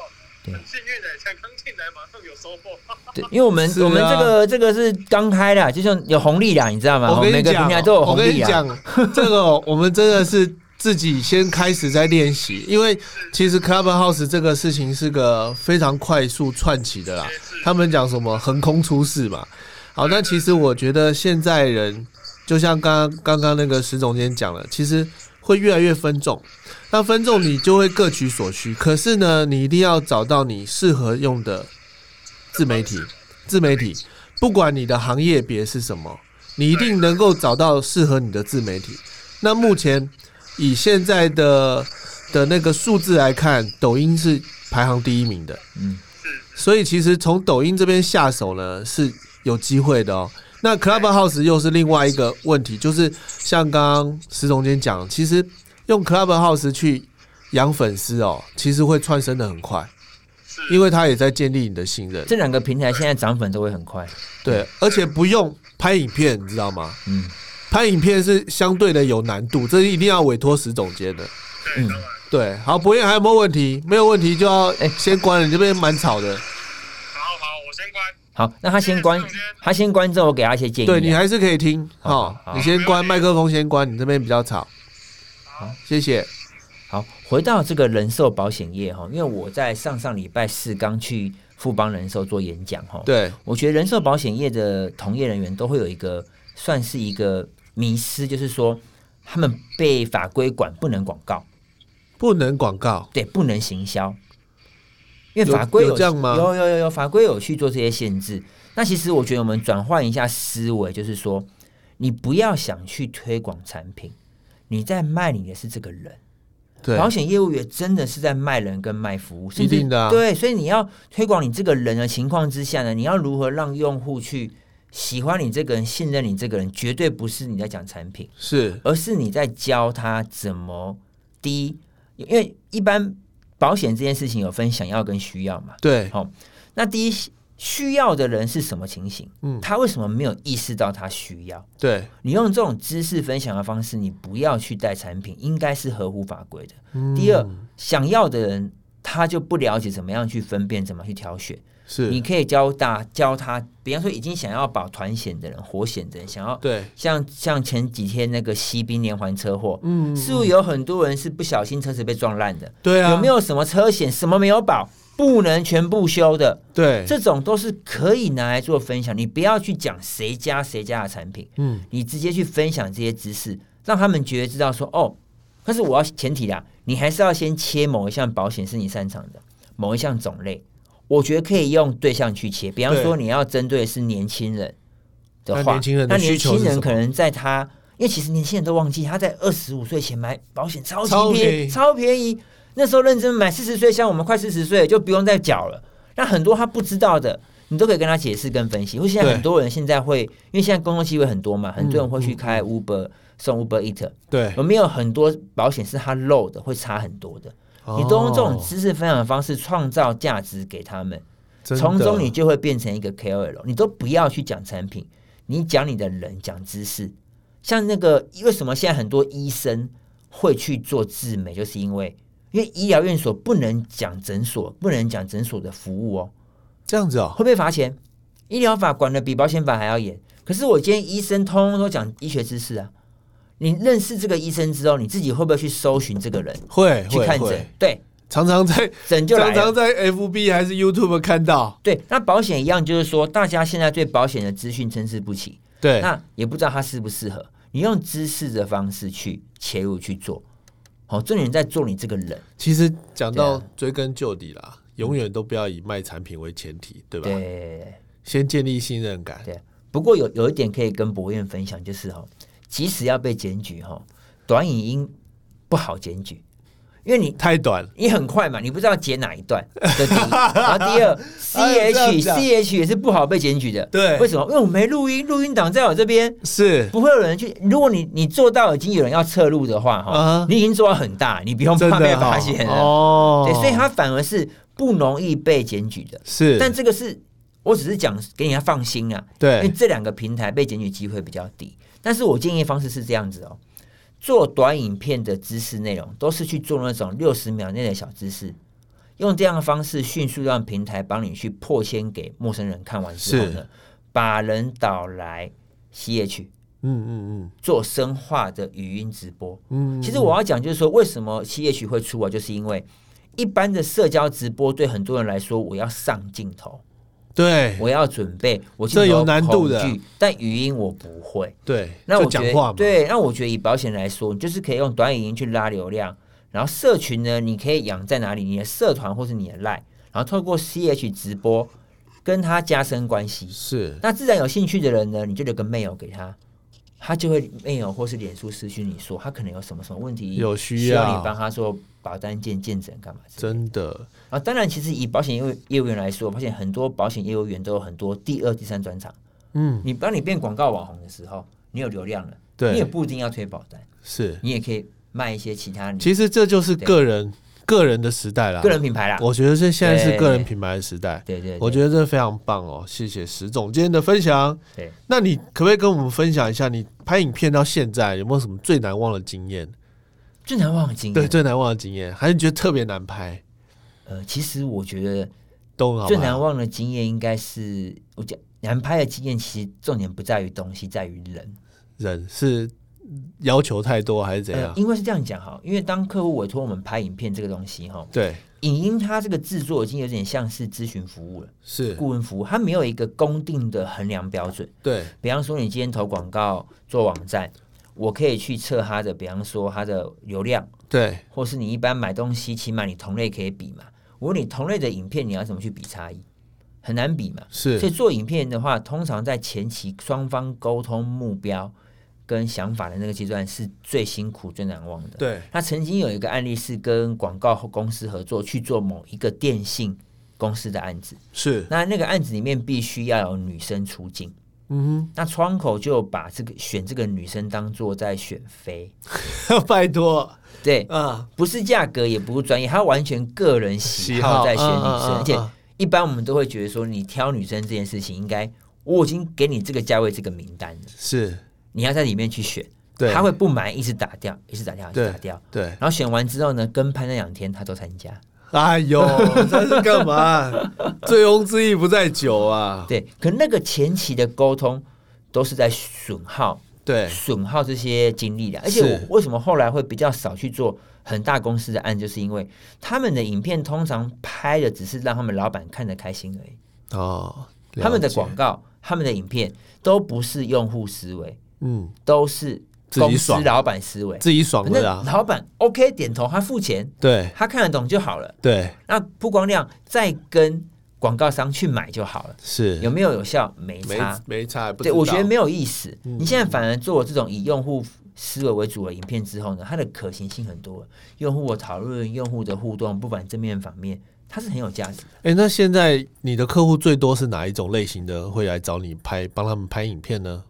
Speaker 4: 哇，
Speaker 2: 对
Speaker 4: 很幸运的、欸才刚进来马上有收获。
Speaker 2: 对，因为我们、
Speaker 1: 是啊
Speaker 2: 我们这个这个是刚开的，就像有红利啦，你知道吗？
Speaker 1: 我跟
Speaker 2: 啊每
Speaker 1: 你
Speaker 2: 个
Speaker 1: 讲
Speaker 2: 平台都
Speaker 1: 哦，
Speaker 2: 有
Speaker 1: 我
Speaker 2: 红
Speaker 1: 跟
Speaker 2: 利啊
Speaker 1: 你
Speaker 2: 啦。
Speaker 1: 讲，这个哦我们真的是自己先开始在练习，因为其实 Clubhouse 这个事情是个非常快速串起的啦。他们讲什么横空出世嘛。好，那其实我觉得现在人，就像刚刚刚刚那个石总监讲了，其实会越来越分众。那分众你就会各取所需，可是呢，你一定要找到你适合用的自媒体。自媒体，不管你的行业别是什么，你一定能够找到适合你的自媒体。那目前以现在的的那个数字来看，抖音是排行第一名的。
Speaker 2: 嗯，
Speaker 1: 所以其实从抖音这边下手呢是有机会的哦。那 Clubhouse 又是另外一个问题，就是像刚刚石总监讲，其实用 Clubhouse 去养粉丝哦，其实会窜升的很快，
Speaker 4: 是
Speaker 1: 因为他也在建立你的信任。
Speaker 2: 这两个平台现在涨粉都会很快。
Speaker 1: 对，而且不用拍影片，你知道吗？
Speaker 2: 嗯
Speaker 1: 拍影片是相对的有难度，这一定要委托石总监的。
Speaker 2: 嗯，
Speaker 1: 对，好，博彦还有没有问题？没有问题就要先关了，你这边蛮吵的。
Speaker 4: 好好，我先关。
Speaker 2: 好，那他先关，他先关之后，我给他一些建议啊。
Speaker 1: 对你还是可以听，
Speaker 2: 好
Speaker 1: 好
Speaker 2: 好，好
Speaker 1: 你先关麦克风，先关，你这边比较吵。好，谢谢。
Speaker 2: 好，回到这个人寿保险业哈，因为我在上上礼拜四刚去富邦人寿做演讲哈，，
Speaker 1: 对，
Speaker 2: 我觉得人寿保险业的从业人员都会有一个算是一个迷失，就是说他们被法规管不能广告，
Speaker 1: 不能广告，
Speaker 2: 对，不能行销，因为
Speaker 1: 有
Speaker 2: 法规
Speaker 1: 有这样吗
Speaker 2: 有有有有法规有去做这些限制。那其实我觉得我们转换一下思维，就是说你不要想去推广产品，你在卖你的是这个人。
Speaker 1: 对
Speaker 2: 保险业务员真的是在卖人跟卖服务，甚至
Speaker 1: 一定的啊
Speaker 2: 对，所以你要推广你这个人的情况之下呢，你要如何让用户去喜欢你这个人、信任你这个人，绝对不是你在讲产品，
Speaker 1: 是，
Speaker 2: 而是你在教他怎么第一，因为一般保险这件事情有分想要跟需要嘛。
Speaker 1: 对
Speaker 2: 好、那第一需要的人是什么情形？
Speaker 1: 嗯
Speaker 2: 他为什么没有意识到他需要？
Speaker 1: 对，
Speaker 2: 你用这种知识分享的方式，你不要去带产品，应该是合乎法规的。嗯第二，想要的人他就不了解怎么样去分辨，怎么去挑选。
Speaker 1: 是
Speaker 2: 你可以教大教他，比方说已经想要保团险的人、活险的人，想要
Speaker 1: 对，
Speaker 2: 像像前几天那个西滨连环车祸，
Speaker 1: 嗯
Speaker 2: 似乎有很多人是不小心车子被撞烂的。
Speaker 1: 对啊，
Speaker 2: 有没有什么车险什么没有保，不能全部修的？
Speaker 1: 对？
Speaker 2: 这种都是可以拿来做分享，你不要去讲谁家谁家的产品，
Speaker 1: 嗯，
Speaker 2: 你直接去分享这些知识，让他们觉得知道说哦，但是我要前提啦，你还是要先切某一项保险是你擅长的，某一项种类，我觉得可以用对象去切，比方说
Speaker 1: 对
Speaker 2: 你要针对的是年轻人的
Speaker 1: 那
Speaker 2: 话，
Speaker 1: 年轻人的
Speaker 2: 那年
Speaker 1: 需求
Speaker 2: 轻
Speaker 1: 是什
Speaker 2: 人
Speaker 1: 么
Speaker 2: 可能在他。因为其实年轻人都忘记，他在二十五岁前买保险超级
Speaker 1: 超便
Speaker 2: 便
Speaker 1: 宜
Speaker 2: 宜，超便宜。那时候认真买，四十岁像我们快四十岁了就不用再缴了。那很多他不知道的，你都可以跟他解释跟分析。因为现在
Speaker 1: 对
Speaker 2: 很多人现在会，因为现在公共机会很多
Speaker 1: 嗯
Speaker 2: 嘛，很多人会去开 Uber、送 Uber Eat，
Speaker 1: 对
Speaker 2: 有，没有很多保险是它漏的，会差很多的。你都用这种
Speaker 1: 哦
Speaker 2: 知识分享的方式创造价值给他们，
Speaker 1: 真的
Speaker 2: 从中你就会变成一个 KOL。你都不要去讲产品，你讲你的人，讲知识。像那个为什么现在很多医生会去做自媒，就是因为因为医疗院所不能讲诊所，不能讲诊所的服务哦，
Speaker 1: 这样子哦，
Speaker 2: 会被罚钱。医疗法管的比保险法还要严，可是我今天医生通通都讲医学知识啊。你认识这个医生之后，你自己会不会去搜寻这个人
Speaker 1: 会
Speaker 2: 去
Speaker 1: 会
Speaker 2: 看诊
Speaker 1: 会，？
Speaker 2: 对，
Speaker 1: 常常在
Speaker 2: 诊就来
Speaker 1: 常
Speaker 2: 了。
Speaker 1: 常在 FB 还是 YouTube 看到，
Speaker 2: 对，那保险一样，就是说大家现在对保险的资讯参差不齐，
Speaker 1: 对，
Speaker 2: 那也不知道它适不适合。你用知识的方式去切入去做，好、重点在做你这个人，
Speaker 1: 其实讲到
Speaker 2: 对啊
Speaker 1: 追根究底啦，永远都不要以卖产品为前提，对吧？
Speaker 2: 对
Speaker 1: 先建立信任感。
Speaker 2: 对。不过有有一点可以跟博彦分享，就是哈、即使要被检举哈、短影音不好检举，因为你
Speaker 1: 太短了，
Speaker 2: 你很快嘛，你不知道截哪一段，这第一。 然后第二
Speaker 1: 哎呦这样
Speaker 2: ，CH
Speaker 1: 讲
Speaker 2: CH 也是不好被检举的，
Speaker 1: 对
Speaker 2: 为什么？因为我没录音，录音档在我这边，
Speaker 1: 是
Speaker 2: 不会有人去。如果你你做到已经有人要侧录的话，哈、
Speaker 1: 啊哈
Speaker 2: 你已经做到很大，你不用
Speaker 1: 真
Speaker 2: 怕被
Speaker 1: 的
Speaker 2: 发
Speaker 1: 哦
Speaker 2: 现了。
Speaker 1: 哦。
Speaker 2: 对，所以它反而是不容易被检举的。
Speaker 1: 是，
Speaker 2: 但这个是我只是讲给人家放心啊，因为
Speaker 1: 对
Speaker 2: 这两个平台被检举机会比较低。但是我建议的方式是这样子哦，做短影片的知识内容都是去做那种六十秒内的小知识，用这样的方式迅速让平台帮你去破先给陌生人看完之后呢，把人导来 CH
Speaker 1: 嗯嗯
Speaker 2: 做深化的语音直播。
Speaker 1: 嗯嗯，
Speaker 2: 其实我要讲就是说，为什么 CH 会出啊，就是因为一般的社交直播对很多人来说，我要上镜头。
Speaker 1: 对
Speaker 2: 我要准备，我
Speaker 1: 这有难度的
Speaker 2: 镜头恐惧，但语音我不会。
Speaker 1: 对，
Speaker 2: 那
Speaker 1: 就
Speaker 2: 我觉
Speaker 1: 讲
Speaker 2: 得
Speaker 1: 话嘛，
Speaker 2: 对，那我觉得以保险来说，你就是可以用短语音去拉流量，然后社群呢，你可以养在哪里，你的社团或是你的 line，然后透过 CH 直播跟他加深关系。
Speaker 1: 是
Speaker 2: 那自然有兴趣的人呢，你就留个 mail 给他，他就会 mail 或是脸书私讯你说他可能有什么什么问题，
Speaker 1: 有需
Speaker 2: 需要
Speaker 1: 要
Speaker 2: 你帮他做保单见见诊干嘛之类的
Speaker 1: 真的，
Speaker 2: 啊，当然，其实以保险业务业务员来说，我发现很多保险业务员都有很多第二、第三专场。
Speaker 1: 嗯，
Speaker 2: 你当你变广告网红的时候，你有流量了，
Speaker 1: 对
Speaker 2: 你也不一定要推保单，
Speaker 1: 是。
Speaker 2: 你也可以卖一些其他你
Speaker 1: 其实这就是个人个人的时代啦，
Speaker 2: 个人品牌啦。
Speaker 1: 我觉得这现在是
Speaker 2: 对
Speaker 1: 个人品牌的时代，
Speaker 2: 对对对
Speaker 1: 我觉得这非常棒哦，谢谢石总今天的分享。
Speaker 2: 对，
Speaker 1: 那你可不可以跟我们分享一下，你拍影片到现在有没有什么最难忘的经验？
Speaker 2: 最难忘的经验，
Speaker 1: 对，最难忘的经验，还是你觉得特别难拍？
Speaker 2: 呃，其实我觉得
Speaker 1: 都很好拍
Speaker 2: 最难忘的经验应该是我讲难拍的经验，其实重点不在于东西，在于人。
Speaker 1: 人是要求太多还是怎样？
Speaker 2: 呃，因为是这样讲哈，因为当客户委托我们拍影片这个东西哈，
Speaker 1: 对，
Speaker 2: 影音它这个制作已经有点像是咨询服务了。
Speaker 1: 是，
Speaker 2: 顾问服务，它没有一个公定的衡量标准。
Speaker 1: 对，
Speaker 2: 比方说，你今天投广告做网站，我可以去测它的，比方说它的流量，
Speaker 1: 对，
Speaker 2: 或是你一般买东西，起码你同类可以比嘛。我问你同类的影片，你要怎么去比差异？很难比嘛。
Speaker 1: 是
Speaker 2: 所以做影片的话，通常在前期双方沟通目标跟想法的那个阶段是最辛苦、最难忘的。
Speaker 1: 对，
Speaker 2: 那曾经有一个案例是跟广告公司合作去做某一个电信公司的案子。
Speaker 1: 是，
Speaker 2: 那那个案子里面必须要有女生出镜，
Speaker 1: 嗯
Speaker 2: 那窗口就把这个选这个女生当做在选妃，
Speaker 1: 哼， 拜托
Speaker 2: 对，
Speaker 1: 啊，
Speaker 2: 不是价格也不是专业，她完全个人喜
Speaker 1: 喜好
Speaker 2: 好在选女
Speaker 1: 嗯嗯
Speaker 2: 生，
Speaker 1: 嗯
Speaker 2: 而且
Speaker 1: 嗯
Speaker 2: 一般我们都会觉得说，你挑女生这件事情，应该我已经给你这个价位这个名单了，
Speaker 1: 是，
Speaker 2: 你要在里面去选。
Speaker 1: 对
Speaker 2: 他会不满，一直打掉，一直打掉，一直
Speaker 1: 对
Speaker 2: 打掉。
Speaker 1: 对。
Speaker 2: 然后选完之后呢，跟拍那两天他都参加。
Speaker 1: 哎呦， 这是干嘛？醉翁之意不在酒啊！
Speaker 2: 对，可那个前期的沟通都是在损耗、
Speaker 1: 对，
Speaker 2: 损耗这些精力的。而且
Speaker 1: 是
Speaker 2: 我为什么后来会比较少去做很大公司的案，就是因为他们的影片通常拍的只是让他们老板看得开心而已。
Speaker 1: 哦，了
Speaker 2: 他们的
Speaker 1: 解
Speaker 2: 广，告、他们的影片都不是用户思维，
Speaker 1: 嗯，
Speaker 2: 都是
Speaker 1: 自己
Speaker 2: 公司
Speaker 1: 爽
Speaker 2: 老板思维。
Speaker 1: 自己爽
Speaker 2: 反
Speaker 1: 的
Speaker 2: 正
Speaker 1: 啦。
Speaker 2: 老板 OK 点头，他付钱，
Speaker 1: 对
Speaker 2: 他看得懂就好了。
Speaker 1: 对，
Speaker 2: 那曝光量再跟广告商去买就好了。
Speaker 1: 是
Speaker 2: 有没有有效？没
Speaker 1: 没
Speaker 2: 差。
Speaker 1: 没差，不
Speaker 2: 对，
Speaker 1: 知
Speaker 2: 我觉得
Speaker 1: 道
Speaker 2: 没有意思。
Speaker 1: 嗯
Speaker 2: 你现在反而做这种以用户思维为主的影片之后呢，它的可行性很多了，用户的讨论、用户的互动，不管正面反面，它是很有价值的。
Speaker 1: 哎、那现在你的客户最多是哪一种类型的会来找你拍，帮他们拍影片呢？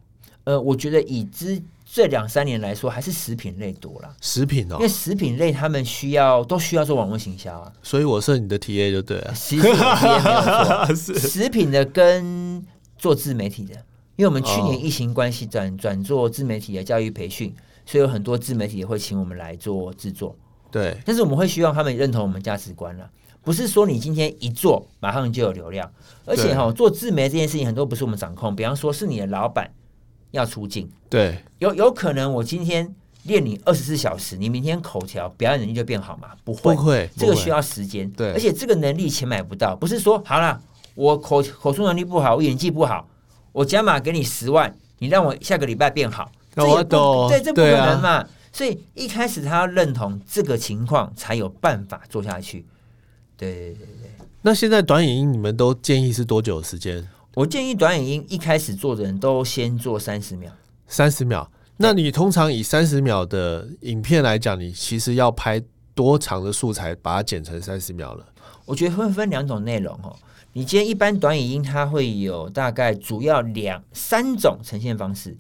Speaker 2: 呃，我觉得以之这两三年来说，还是食品类多啦，
Speaker 1: 食品哦
Speaker 2: 因为、食品类他们需要都需要做网络行销 啊。
Speaker 1: 所以我是你的 TA 就对了。
Speaker 2: 其实我们也没有错，
Speaker 1: 是
Speaker 2: 食品的跟做自媒体的，因为我们去
Speaker 1: 哦
Speaker 2: 年疫情关系转转做自媒体的教育培训，所以有很多自媒体也会请我们来做制作，
Speaker 1: 对，
Speaker 2: 但是我们会希望他们认同我们价值观了。不是说你今天一做马上就有流量，而且哈、做自媒这件事情很多不是我们掌控，比方说是你的老板要出镜，
Speaker 1: 对，
Speaker 2: 有有可能我今天练你二十四小时，你明天口条表演能力就变好嘛？不会，
Speaker 1: 不会，
Speaker 2: 这个
Speaker 1: 不会
Speaker 2: 需要时间，
Speaker 1: 对
Speaker 2: 而且这个能力钱买不到，不是说好啦，我口口述能力不好，我演技不好，我加码给你十万，你让我下个礼拜变好，
Speaker 1: 那
Speaker 2: 这也
Speaker 1: 哦我
Speaker 2: 不
Speaker 1: 懂
Speaker 2: 对，这不可
Speaker 1: 对啊
Speaker 2: 能嘛。所以一开始他要认同这个情况，才有办法做下去。对对对对，
Speaker 1: 那现在短影音你们都建议是多久的时间？
Speaker 2: 我建议短影音一开始做的人都先做三十秒，
Speaker 1: 三十秒。那你通常以三十秒的影片来讲，你其实要拍多长的素材把它剪成三十秒了？
Speaker 2: 我觉得会分两种内容哦。你今天一般短影音，它会有大概主要两三种呈现方式。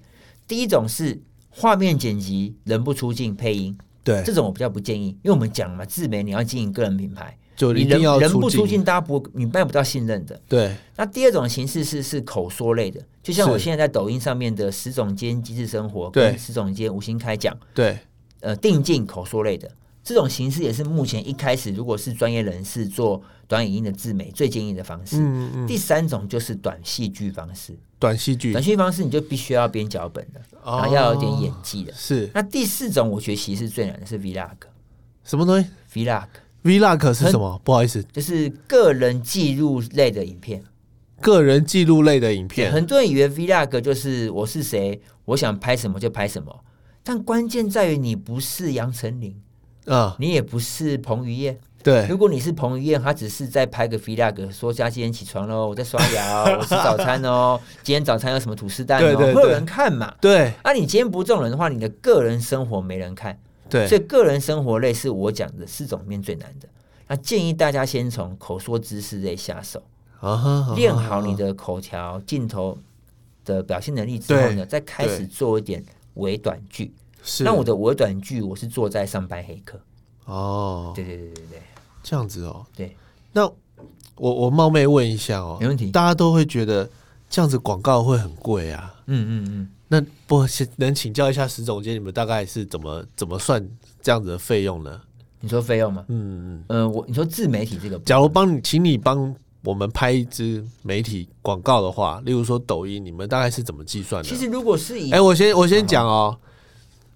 Speaker 2: 第一种是画面剪辑，人不出镜配音，
Speaker 1: 对
Speaker 2: 这种我比较不建议，因为我们讲了嘛，自媒你要经营个人品牌，
Speaker 1: 就
Speaker 2: 你
Speaker 1: 一
Speaker 2: 人
Speaker 1: 定要
Speaker 2: 人不
Speaker 1: 出
Speaker 2: 出镜，大家不你卖不到信任的。
Speaker 1: 对，
Speaker 2: 那第二种形式是是口说类的，就像我
Speaker 1: 是
Speaker 2: 现在在抖音上面的石总监机智生活
Speaker 1: 对
Speaker 2: 跟石总监吴昕开讲，
Speaker 1: 对，
Speaker 2: 呃定镜口说类的这种形式，也是目前一开始如果是专业人士做短影音的自媒最建议的方式。
Speaker 1: 嗯嗯，
Speaker 2: 第三种就是短戏剧方式，
Speaker 1: 短戏剧
Speaker 2: 短戏剧方式你就必须要编脚本的，
Speaker 1: 哦
Speaker 2: 然后要有点演技的。
Speaker 1: 是
Speaker 2: 那第四种我觉得其实是最难的是 vlog，vlog
Speaker 1: 什么东西？Vlog 是
Speaker 2: 很
Speaker 1: 什么？不好意思，
Speaker 2: 就是个人记录类的影片。
Speaker 1: 个人记录类的影片。
Speaker 2: 很多人以为 vlog 就是我是谁，我想拍什么就拍什么，但关键在于你不是杨丞琳，
Speaker 1: 啊，
Speaker 2: 你也不是彭于晏，
Speaker 1: 对
Speaker 2: 如果你是彭于晏，他只是在拍个 vlog，说家今天起床喽，我在刷牙 哦，我吃早餐哦，今天早餐有什么吐司蛋哦，
Speaker 1: 对对对
Speaker 2: 会有人看嘛？
Speaker 1: 对
Speaker 2: 啊，你今天不这种人的话，你的个人生活没人看，所以
Speaker 1: 对，
Speaker 2: 个人生活类是我讲的四种面最难的。那建议大家先从口说知识类下手，
Speaker 1: 啊哈
Speaker 2: 练好你，的口条、镜头的表现能力之后呢，再开始
Speaker 1: 对
Speaker 2: 做一点微短剧。
Speaker 1: 是
Speaker 2: 那我的微短剧，我是做在上班黑客。
Speaker 1: 哦，
Speaker 2: 对对对对对
Speaker 1: 这样子哦。
Speaker 2: 对，
Speaker 1: 那我我冒昧问一下哦，
Speaker 2: 没问题
Speaker 1: 大家都会觉得这样子广告会很贵啊。
Speaker 2: 嗯嗯嗯。
Speaker 1: 那不是能请教一下石总监，你们大概是怎么怎么算这样子的费用呢？
Speaker 2: 你说费用吗？
Speaker 1: 嗯，嗯
Speaker 2: 呃，我你说自媒体这个部分，
Speaker 1: 假如帮你，请你帮我们拍一支媒体广告的话，例如说抖音，你们大概是怎么计算的？
Speaker 2: 其实如果是以、
Speaker 1: 哎、我先我先讲哦，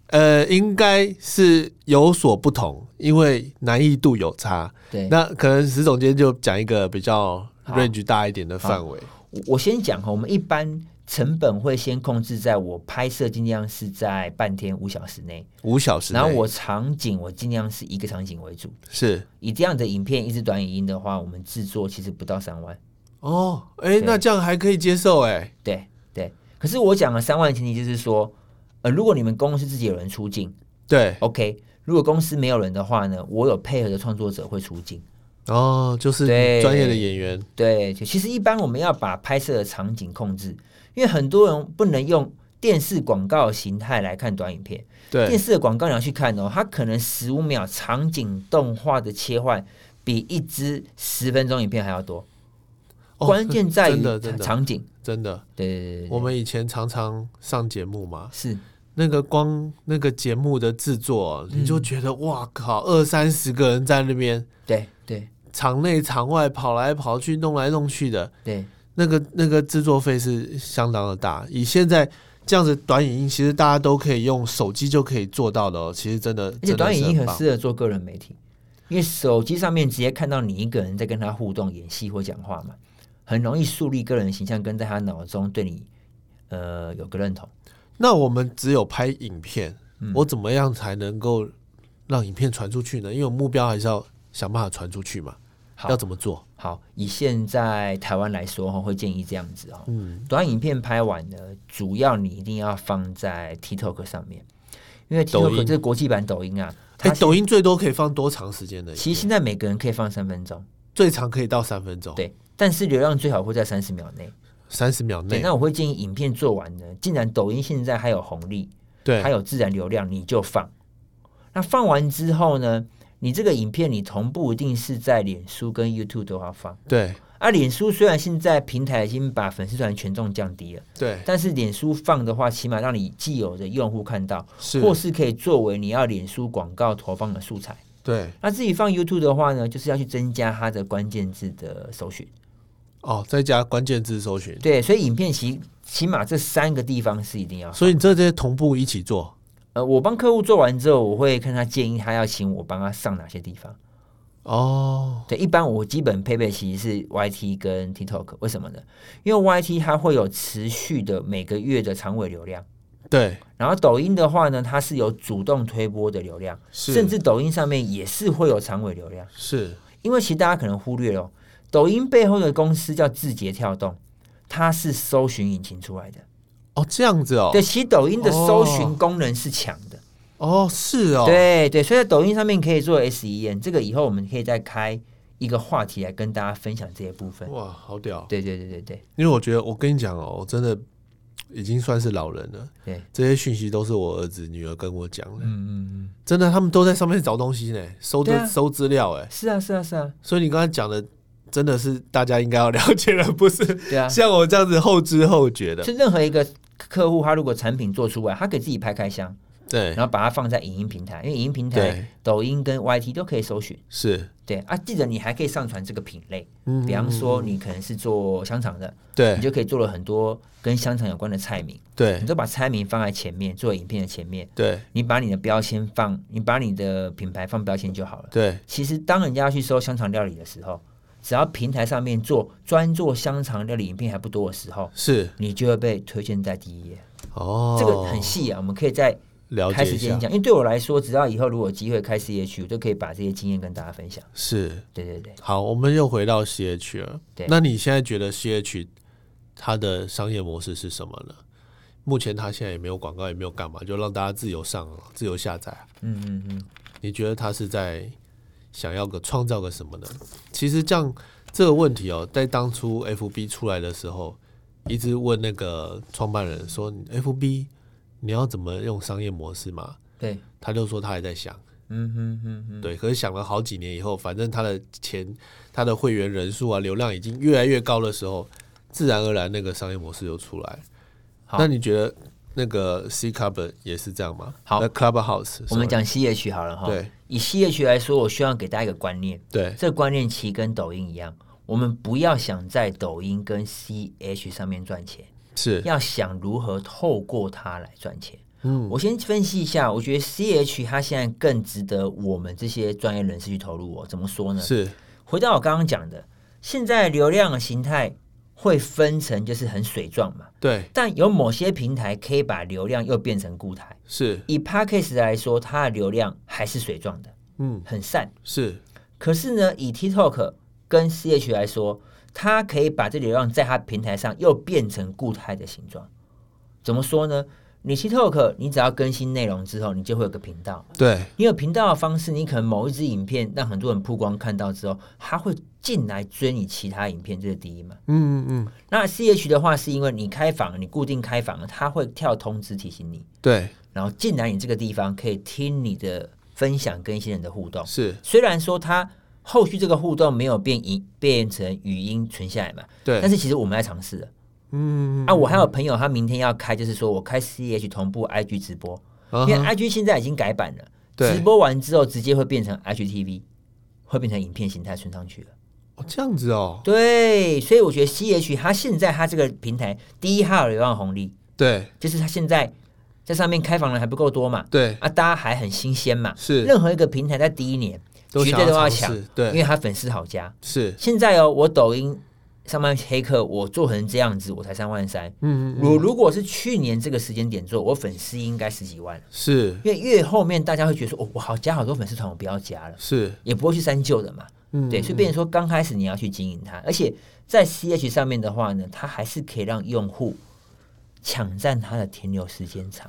Speaker 1: 呃，应该是有所不同，因为难易度有差。
Speaker 2: 对，
Speaker 1: 那可能石总监就讲一个比较
Speaker 2: 哎好
Speaker 1: range 大一点的范围。
Speaker 2: 我我先讲哈，我们一般成本会先控制在我拍摄尽量是在半天五小时内，
Speaker 1: 五小时内，
Speaker 2: 然后我场景我尽量是一个场景为主。
Speaker 1: 是
Speaker 2: 以这样的影片一支短影音的话，我们制作其实不到三万，
Speaker 1: 哦，哎、那这样还可以接受哎、
Speaker 2: 对对。可是我讲了三万，前提就是说，呃，如果你们公司自己有人出镜
Speaker 1: 对，
Speaker 2: ，OK。如果公司没有人的话呢，我有配合的创作者会出镜。
Speaker 1: 哦，就是
Speaker 2: 对
Speaker 1: 专业的演员，
Speaker 2: 对，其实一般我们要把拍摄的场景控制，因为很多人不能用电视广告的形态来看短影片。电
Speaker 1: 对，
Speaker 2: 视的广告你要去看哦，它可能十五秒场景动画的切换比一支十分钟影片还要多。
Speaker 1: 哦
Speaker 2: 关键在于
Speaker 1: 真的真的
Speaker 2: 场景。
Speaker 1: 真的，
Speaker 2: 对对对对对，
Speaker 1: 我们以前常常上节目嘛，
Speaker 2: 是
Speaker 1: 那个光那个节目的制作，你就觉得哇靠，二三十个人在那边
Speaker 2: 对对
Speaker 1: 场内场外跑来跑去、弄来弄去的，
Speaker 2: 对，
Speaker 1: 那个那个制作费是相当的大。以现在这样子短影音，其实大家都可以用手机就可以做到的哦。其实真的，
Speaker 2: 而且短影音
Speaker 1: 真
Speaker 2: 很
Speaker 1: 的是
Speaker 2: 适合做个人媒体，因为手机上面直接看到你一个人在跟他互动、演戏或讲话嘛，很容易树立个人形象，跟在他脑中对你呃有个认同。
Speaker 1: 棒。那我们只有拍影片，我怎么样才能够让影片传出去呢？因为我目标还是要想办法传出去嘛。
Speaker 2: 好
Speaker 1: 要怎么做？
Speaker 2: 好，以现在台湾来说哈，会建议这样子哦。
Speaker 1: 嗯，
Speaker 2: 短影片拍完呢，主要你一定要放在 TikTok 上面，因为
Speaker 1: 抖
Speaker 2: TikTok
Speaker 1: 音
Speaker 2: 这是国际版抖音啊。
Speaker 1: 哎、
Speaker 2: 它
Speaker 1: 抖音最多可以放多长时间的影片？
Speaker 2: 其实现在每个人可以放三分钟，
Speaker 1: 最长可以到三分钟，，
Speaker 2: 对，但是流量最好会在三十秒内。
Speaker 1: 三十秒
Speaker 2: 对，
Speaker 1: 内，
Speaker 2: 那我会建议影片做完呢，既然抖音现在还有红利，
Speaker 1: 对，
Speaker 2: 还有自然流量，你就放。那放完之后呢，你这个影片你同步一定是在脸书跟 YouTube 都要放。
Speaker 1: 对
Speaker 2: 啊，脸书虽然现在平台已经把粉丝团权重降低了，
Speaker 1: 对
Speaker 2: 但是脸书放的话，起码让你既有的用户看到，
Speaker 1: 是，
Speaker 2: 或是可以作为你要脸书广告投放的素材。
Speaker 1: 对
Speaker 2: 那自己放 YouTube 的话呢，就是要去增加它的关键字的搜寻。
Speaker 1: 哦，再加关键字搜寻，
Speaker 2: 对，所以影片起起码这三个地方是一定要。
Speaker 1: 所以你这些同步一起做，
Speaker 2: 呃，我帮客户做完之后，我会看他建议他要请我帮他上哪些地方。
Speaker 1: 哦，
Speaker 2: 对，一般我基本配备其实是 YT 跟 TikTok，为什么呢？因为 YT 它会有持续的每个月的长尾流量，
Speaker 1: 对，
Speaker 2: 然后抖音的话呢，它是有主动推播的流量，
Speaker 1: 是
Speaker 2: 甚至抖音上面也是会有长尾流量。
Speaker 1: 是，
Speaker 2: 因为其实大家可能忽略了，哦抖音背后的公司叫字节跳动，它是搜寻引擎出来的。
Speaker 1: 哦，这样子哦
Speaker 2: 对，，其实抖音的搜寻
Speaker 1: 哦
Speaker 2: 功能是强的。
Speaker 1: 哦，是哦，
Speaker 2: 对对，所以在抖音上面可以做 SEN，这个以后我们可以再开一个话题来跟大家分享这些部分。
Speaker 1: 哇，好屌，
Speaker 2: 对对对对对
Speaker 1: 因为我觉得，我跟你讲哦，我真的已经算是老人了，
Speaker 2: 对，
Speaker 1: 这些讯息都是我儿子、女儿跟我讲的，
Speaker 2: 嗯嗯嗯，
Speaker 1: 真的，他们都在上面找东西呢，搜
Speaker 2: 对
Speaker 1: 的
Speaker 2: 啊
Speaker 1: 搜资料，哎，
Speaker 2: 是啊是啊是啊，
Speaker 1: 所以你刚才讲的。真的是大家应该要了解的，不是
Speaker 2: 对啊。
Speaker 1: 像我这样子后知后觉的。
Speaker 2: 就任何一个客户，他如果产品做出来，他可以自己拍开箱，
Speaker 1: 对
Speaker 2: 然，后把它放在影音平台，因为影音平
Speaker 1: 对
Speaker 2: 台抖音跟 YT 都可以搜寻。
Speaker 1: 是，
Speaker 2: 对啊，记得你还可以上传这个品类，
Speaker 1: 嗯
Speaker 2: 比方说你可能是做香肠的，
Speaker 1: 对
Speaker 2: 你就可以做了很多跟香肠有关的菜名，
Speaker 1: 对
Speaker 2: 你都把菜名放在前面，做影片的前面，
Speaker 1: 对
Speaker 2: 你把你的标签放，你把你的品牌放标签就好了。
Speaker 1: 对，
Speaker 2: 其实当人家要去搜香肠料理的时候，只要平台上面做专做香肠料理影片还不多的时候，
Speaker 1: 是
Speaker 2: 你就会被推荐在第一页。
Speaker 1: 哦，
Speaker 2: 这个很细啊，我们可以在
Speaker 1: 了
Speaker 2: 开
Speaker 1: 解
Speaker 2: 始
Speaker 1: 一
Speaker 2: 先
Speaker 1: 下，
Speaker 2: 讲，因为对我来说，只要以后如果有机会开 E CH，我就可以把这些经验跟大家分享。
Speaker 1: 是
Speaker 2: 对对对，
Speaker 1: 好，我们又回到 CH 了。
Speaker 2: 对
Speaker 1: 那你现在觉得 CH 它的商业模式是什么呢？目前它现在也没有广告，也没有干嘛，就让大家自由上、自由下载。
Speaker 2: 嗯嗯嗯，
Speaker 1: 你觉得它是在想要个创造个什么呢？其实这样这个问题哦，在当初 FB 出来的时候，一直问那个创办人说你：“FB 你要怎么用商业模式嘛
Speaker 2: 对，？”
Speaker 1: 他就说他还在想。
Speaker 2: 嗯哼哼哼，
Speaker 1: 对，可是想了好几年以后，反正他的钱、他的会员人数啊、流量已经越来越高的时候，自然而然那个商业模式就出来。
Speaker 2: 好
Speaker 1: 那你觉得那个 C Club 也是这样吗？
Speaker 2: 好
Speaker 1: 那，Clubhouse
Speaker 2: 我们讲 CH 好了哈。
Speaker 1: 对，
Speaker 2: 以 CH 来说，我希望给大家一个观念，
Speaker 1: 对
Speaker 2: 这个观念其实跟抖音一样，我们不要想在抖音跟 CH 上面赚钱，
Speaker 1: 是
Speaker 2: 要想如何透过它来赚钱。
Speaker 1: 嗯
Speaker 2: 我先分析一下，我觉得 CH 它现在更值得我们这些专业人士去投入哦。怎么说呢？
Speaker 1: 是
Speaker 2: 回到我刚刚讲的，现在流量的形态会分成就是很水状嘛，
Speaker 1: 对
Speaker 2: 但有某些平台可以把流量又变成固态。
Speaker 1: 是
Speaker 2: 以 p a c k a g e 来说，它的流量还是水状的，
Speaker 1: 嗯
Speaker 2: 很散。
Speaker 1: 是
Speaker 2: 可是呢，以 TikTok 跟 CH 来说，它可以把这流量在它平台上又变成固态的形状。怎么说呢？你 TikTok 你只要更新内容之后，你就会有个频道。
Speaker 1: 对
Speaker 2: 你有频道的方式，你可能某一支影片让很多人曝光看到之后，他会进来追你其他影片，这是第一嘛。
Speaker 1: 嗯嗯嗯
Speaker 2: 那 CH 的话，是因为你开房，你固定开房了，它会跳通知提醒你，
Speaker 1: 对
Speaker 2: 然后进来你这个地方可以听你的分享跟一些人的互动。
Speaker 1: 是
Speaker 2: 虽然说它后续这个互动没有变音变成语音存下来嘛？
Speaker 1: 对
Speaker 2: 但是其实我们在尝试的
Speaker 5: 嗯
Speaker 2: 啊，我还有朋友他明天要开，就是说我开 CH 同步 IG 直播，
Speaker 1: 嗯
Speaker 2: 因为
Speaker 1: 哼
Speaker 2: IG 现在已经改版了，
Speaker 1: 对
Speaker 2: 直播完之后直接会变成 HTV，会变成影片形态存上去了。
Speaker 5: 哦这样子哦，
Speaker 2: 对，所以我觉得 CH 它现在它这个平台，第一它有流量红利，
Speaker 1: 对
Speaker 2: 就是它现在在上面开房人还不够多嘛，
Speaker 1: 对
Speaker 2: 啊，大家还很新鲜嘛，
Speaker 1: 是
Speaker 2: 任何一个平台在第一年
Speaker 1: 都
Speaker 2: 绝
Speaker 1: 想
Speaker 2: 对都
Speaker 1: 要
Speaker 2: 要
Speaker 1: 尝
Speaker 2: 抢
Speaker 1: 试，对
Speaker 2: 因为它粉丝好加。
Speaker 1: 是
Speaker 2: 现在哦，我抖音上班黑客，我做成这样子，我才三万三。
Speaker 5: 嗯
Speaker 2: 我如果是去年这个时间点做，我粉丝应该十几万了，
Speaker 1: 是
Speaker 2: 因为越后面大家会觉得说，哦，我好加好多粉丝团，我不要加了，
Speaker 1: 是
Speaker 2: 也不会去删旧的嘛。
Speaker 5: 嗯
Speaker 2: 对，所以变成说刚开始你要去经营它，而且在 CH 上面的话呢，它还是可以让用户抢占它的停留时间长，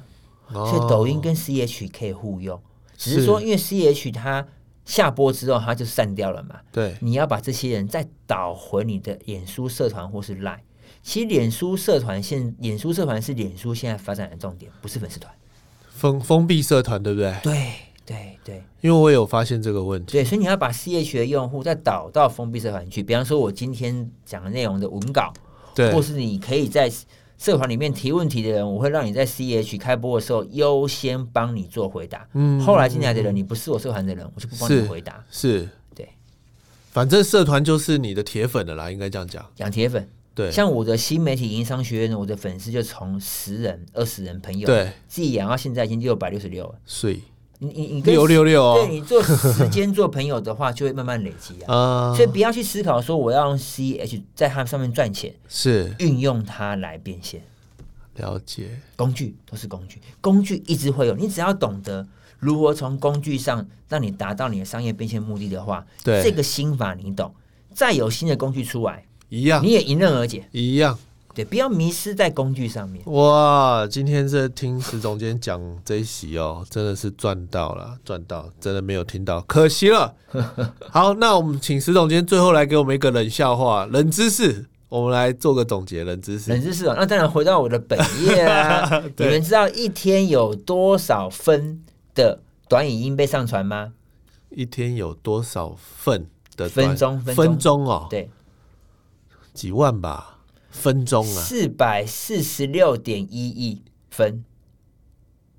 Speaker 1: 哦
Speaker 5: 哦
Speaker 2: 所以抖音跟 CH 可以互用，只是说
Speaker 1: 是
Speaker 2: 因为 CH 它下播之后它就散掉了嘛，
Speaker 1: 对
Speaker 2: 你要把这些人再导回你的脸书社团或是 Line。其实脸书社团现，脸书社团是脸书现在发展的重点，不是粉丝团。
Speaker 1: 封封闭社团对不对？
Speaker 2: 对对对
Speaker 1: 因为我有发现这个问题，
Speaker 2: 对，所以你要把 CH 的用户再导到封闭社团去。比方说，我今天讲的内容的文稿，
Speaker 1: 对
Speaker 2: 或是你可以在社团里面提问题的人，我会让你在 CH 开播的时候优先帮你做回答。嗯，后来进来的人，你不是我社团的人，我就不帮你
Speaker 1: 是
Speaker 2: 回答。
Speaker 1: 是，
Speaker 2: 对，
Speaker 1: 反正社团就是你的铁粉的啦，应该这样讲。
Speaker 2: 养铁粉，
Speaker 1: 对，
Speaker 2: 像我的新媒体营商学院呢，我的粉丝就从十人、二十人朋友，
Speaker 1: 对，
Speaker 2: 自己养到现在已经六百六十六了。
Speaker 1: 所以
Speaker 2: 你你你跟
Speaker 1: 六六六
Speaker 2: 对
Speaker 1: 哦，
Speaker 2: 你做时间做朋友的话，就会慢慢累积啊。
Speaker 1: 啊
Speaker 2: 所以不要去思考说我要用 CH 在它上面赚钱，
Speaker 1: 是
Speaker 2: 运用它来变现。
Speaker 1: 了解，
Speaker 2: 工具都是工具，工具一直会有，你只要懂得如何从工具上让你达到你的商业变现目的的话，
Speaker 1: 对
Speaker 2: 这个心法你懂，再有新的工具出来，
Speaker 1: 一样
Speaker 2: 你也迎刃而解。
Speaker 1: 一样。
Speaker 2: 对，不要迷失在工具上面。
Speaker 1: 哇，今天这听石总监讲这一席哦，真的是赚到了，赚到，真的没有听到，可惜 了。好，那我们请石总监最后来给我们一个冷笑话、冷知识，我们来做个总结。冷知识
Speaker 2: 冷，知识哦，那当然回到我的本业 啦。你
Speaker 1: 对
Speaker 2: 们知道一天有多少分的短影音被上传吗？
Speaker 1: 一天有多少份的
Speaker 2: 分
Speaker 1: 短
Speaker 2: 钟分钟
Speaker 1: 分钟哦，
Speaker 2: 对，
Speaker 1: 几万吧，分钟啊，
Speaker 2: 四百四十六点一亿分，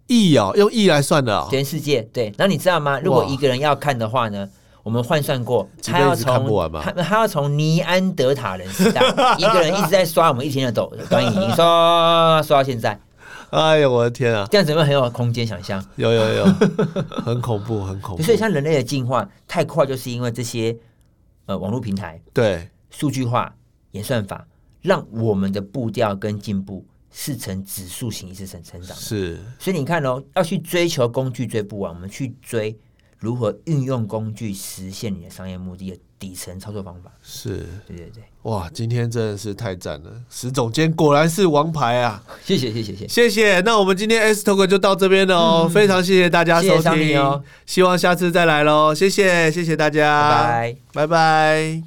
Speaker 1: 亿哦，用亿来算的哦，
Speaker 2: 全世界对。然后你知道吗？如果
Speaker 1: 哇
Speaker 2: 一个人要看的话呢，我们换算过，
Speaker 1: 几辈
Speaker 2: 他要
Speaker 1: 子看
Speaker 2: 从
Speaker 1: 不完吧
Speaker 2: 他他要从尼安德塔人时代，一个人一直在刷我们一天的抖短影音，刷刷到现在，
Speaker 1: 哎呦，我的天啊，
Speaker 2: 这样子有没有很有空间想象？
Speaker 1: 有有 有，很恐怖，很恐怖，
Speaker 2: 所以像人类的进化太快，就是因为这些呃网络平台。
Speaker 1: 对，
Speaker 2: 数据化、演算法，让我们的步调跟进步是呈指数型一次成成长的。
Speaker 1: 是
Speaker 2: 所以你看哦，要去追求工具追不完，我们去追如何运用工具实现你的商业目的的底层操作方法。
Speaker 1: 是。
Speaker 2: 对对对，
Speaker 1: 哇，今天真的是太赞了！石总监果然是王牌啊！
Speaker 2: 谢谢谢谢谢谢，
Speaker 1: 谢谢，那我们今天 S Talk 就到这边了哦，非常谢谢大家
Speaker 2: 嗯谢谢
Speaker 1: 收
Speaker 2: 桑尼
Speaker 1: 听
Speaker 2: 哦
Speaker 1: 希望下次再来喽，谢谢谢谢大
Speaker 2: 拜
Speaker 1: 家，
Speaker 2: 拜。
Speaker 1: 拜拜。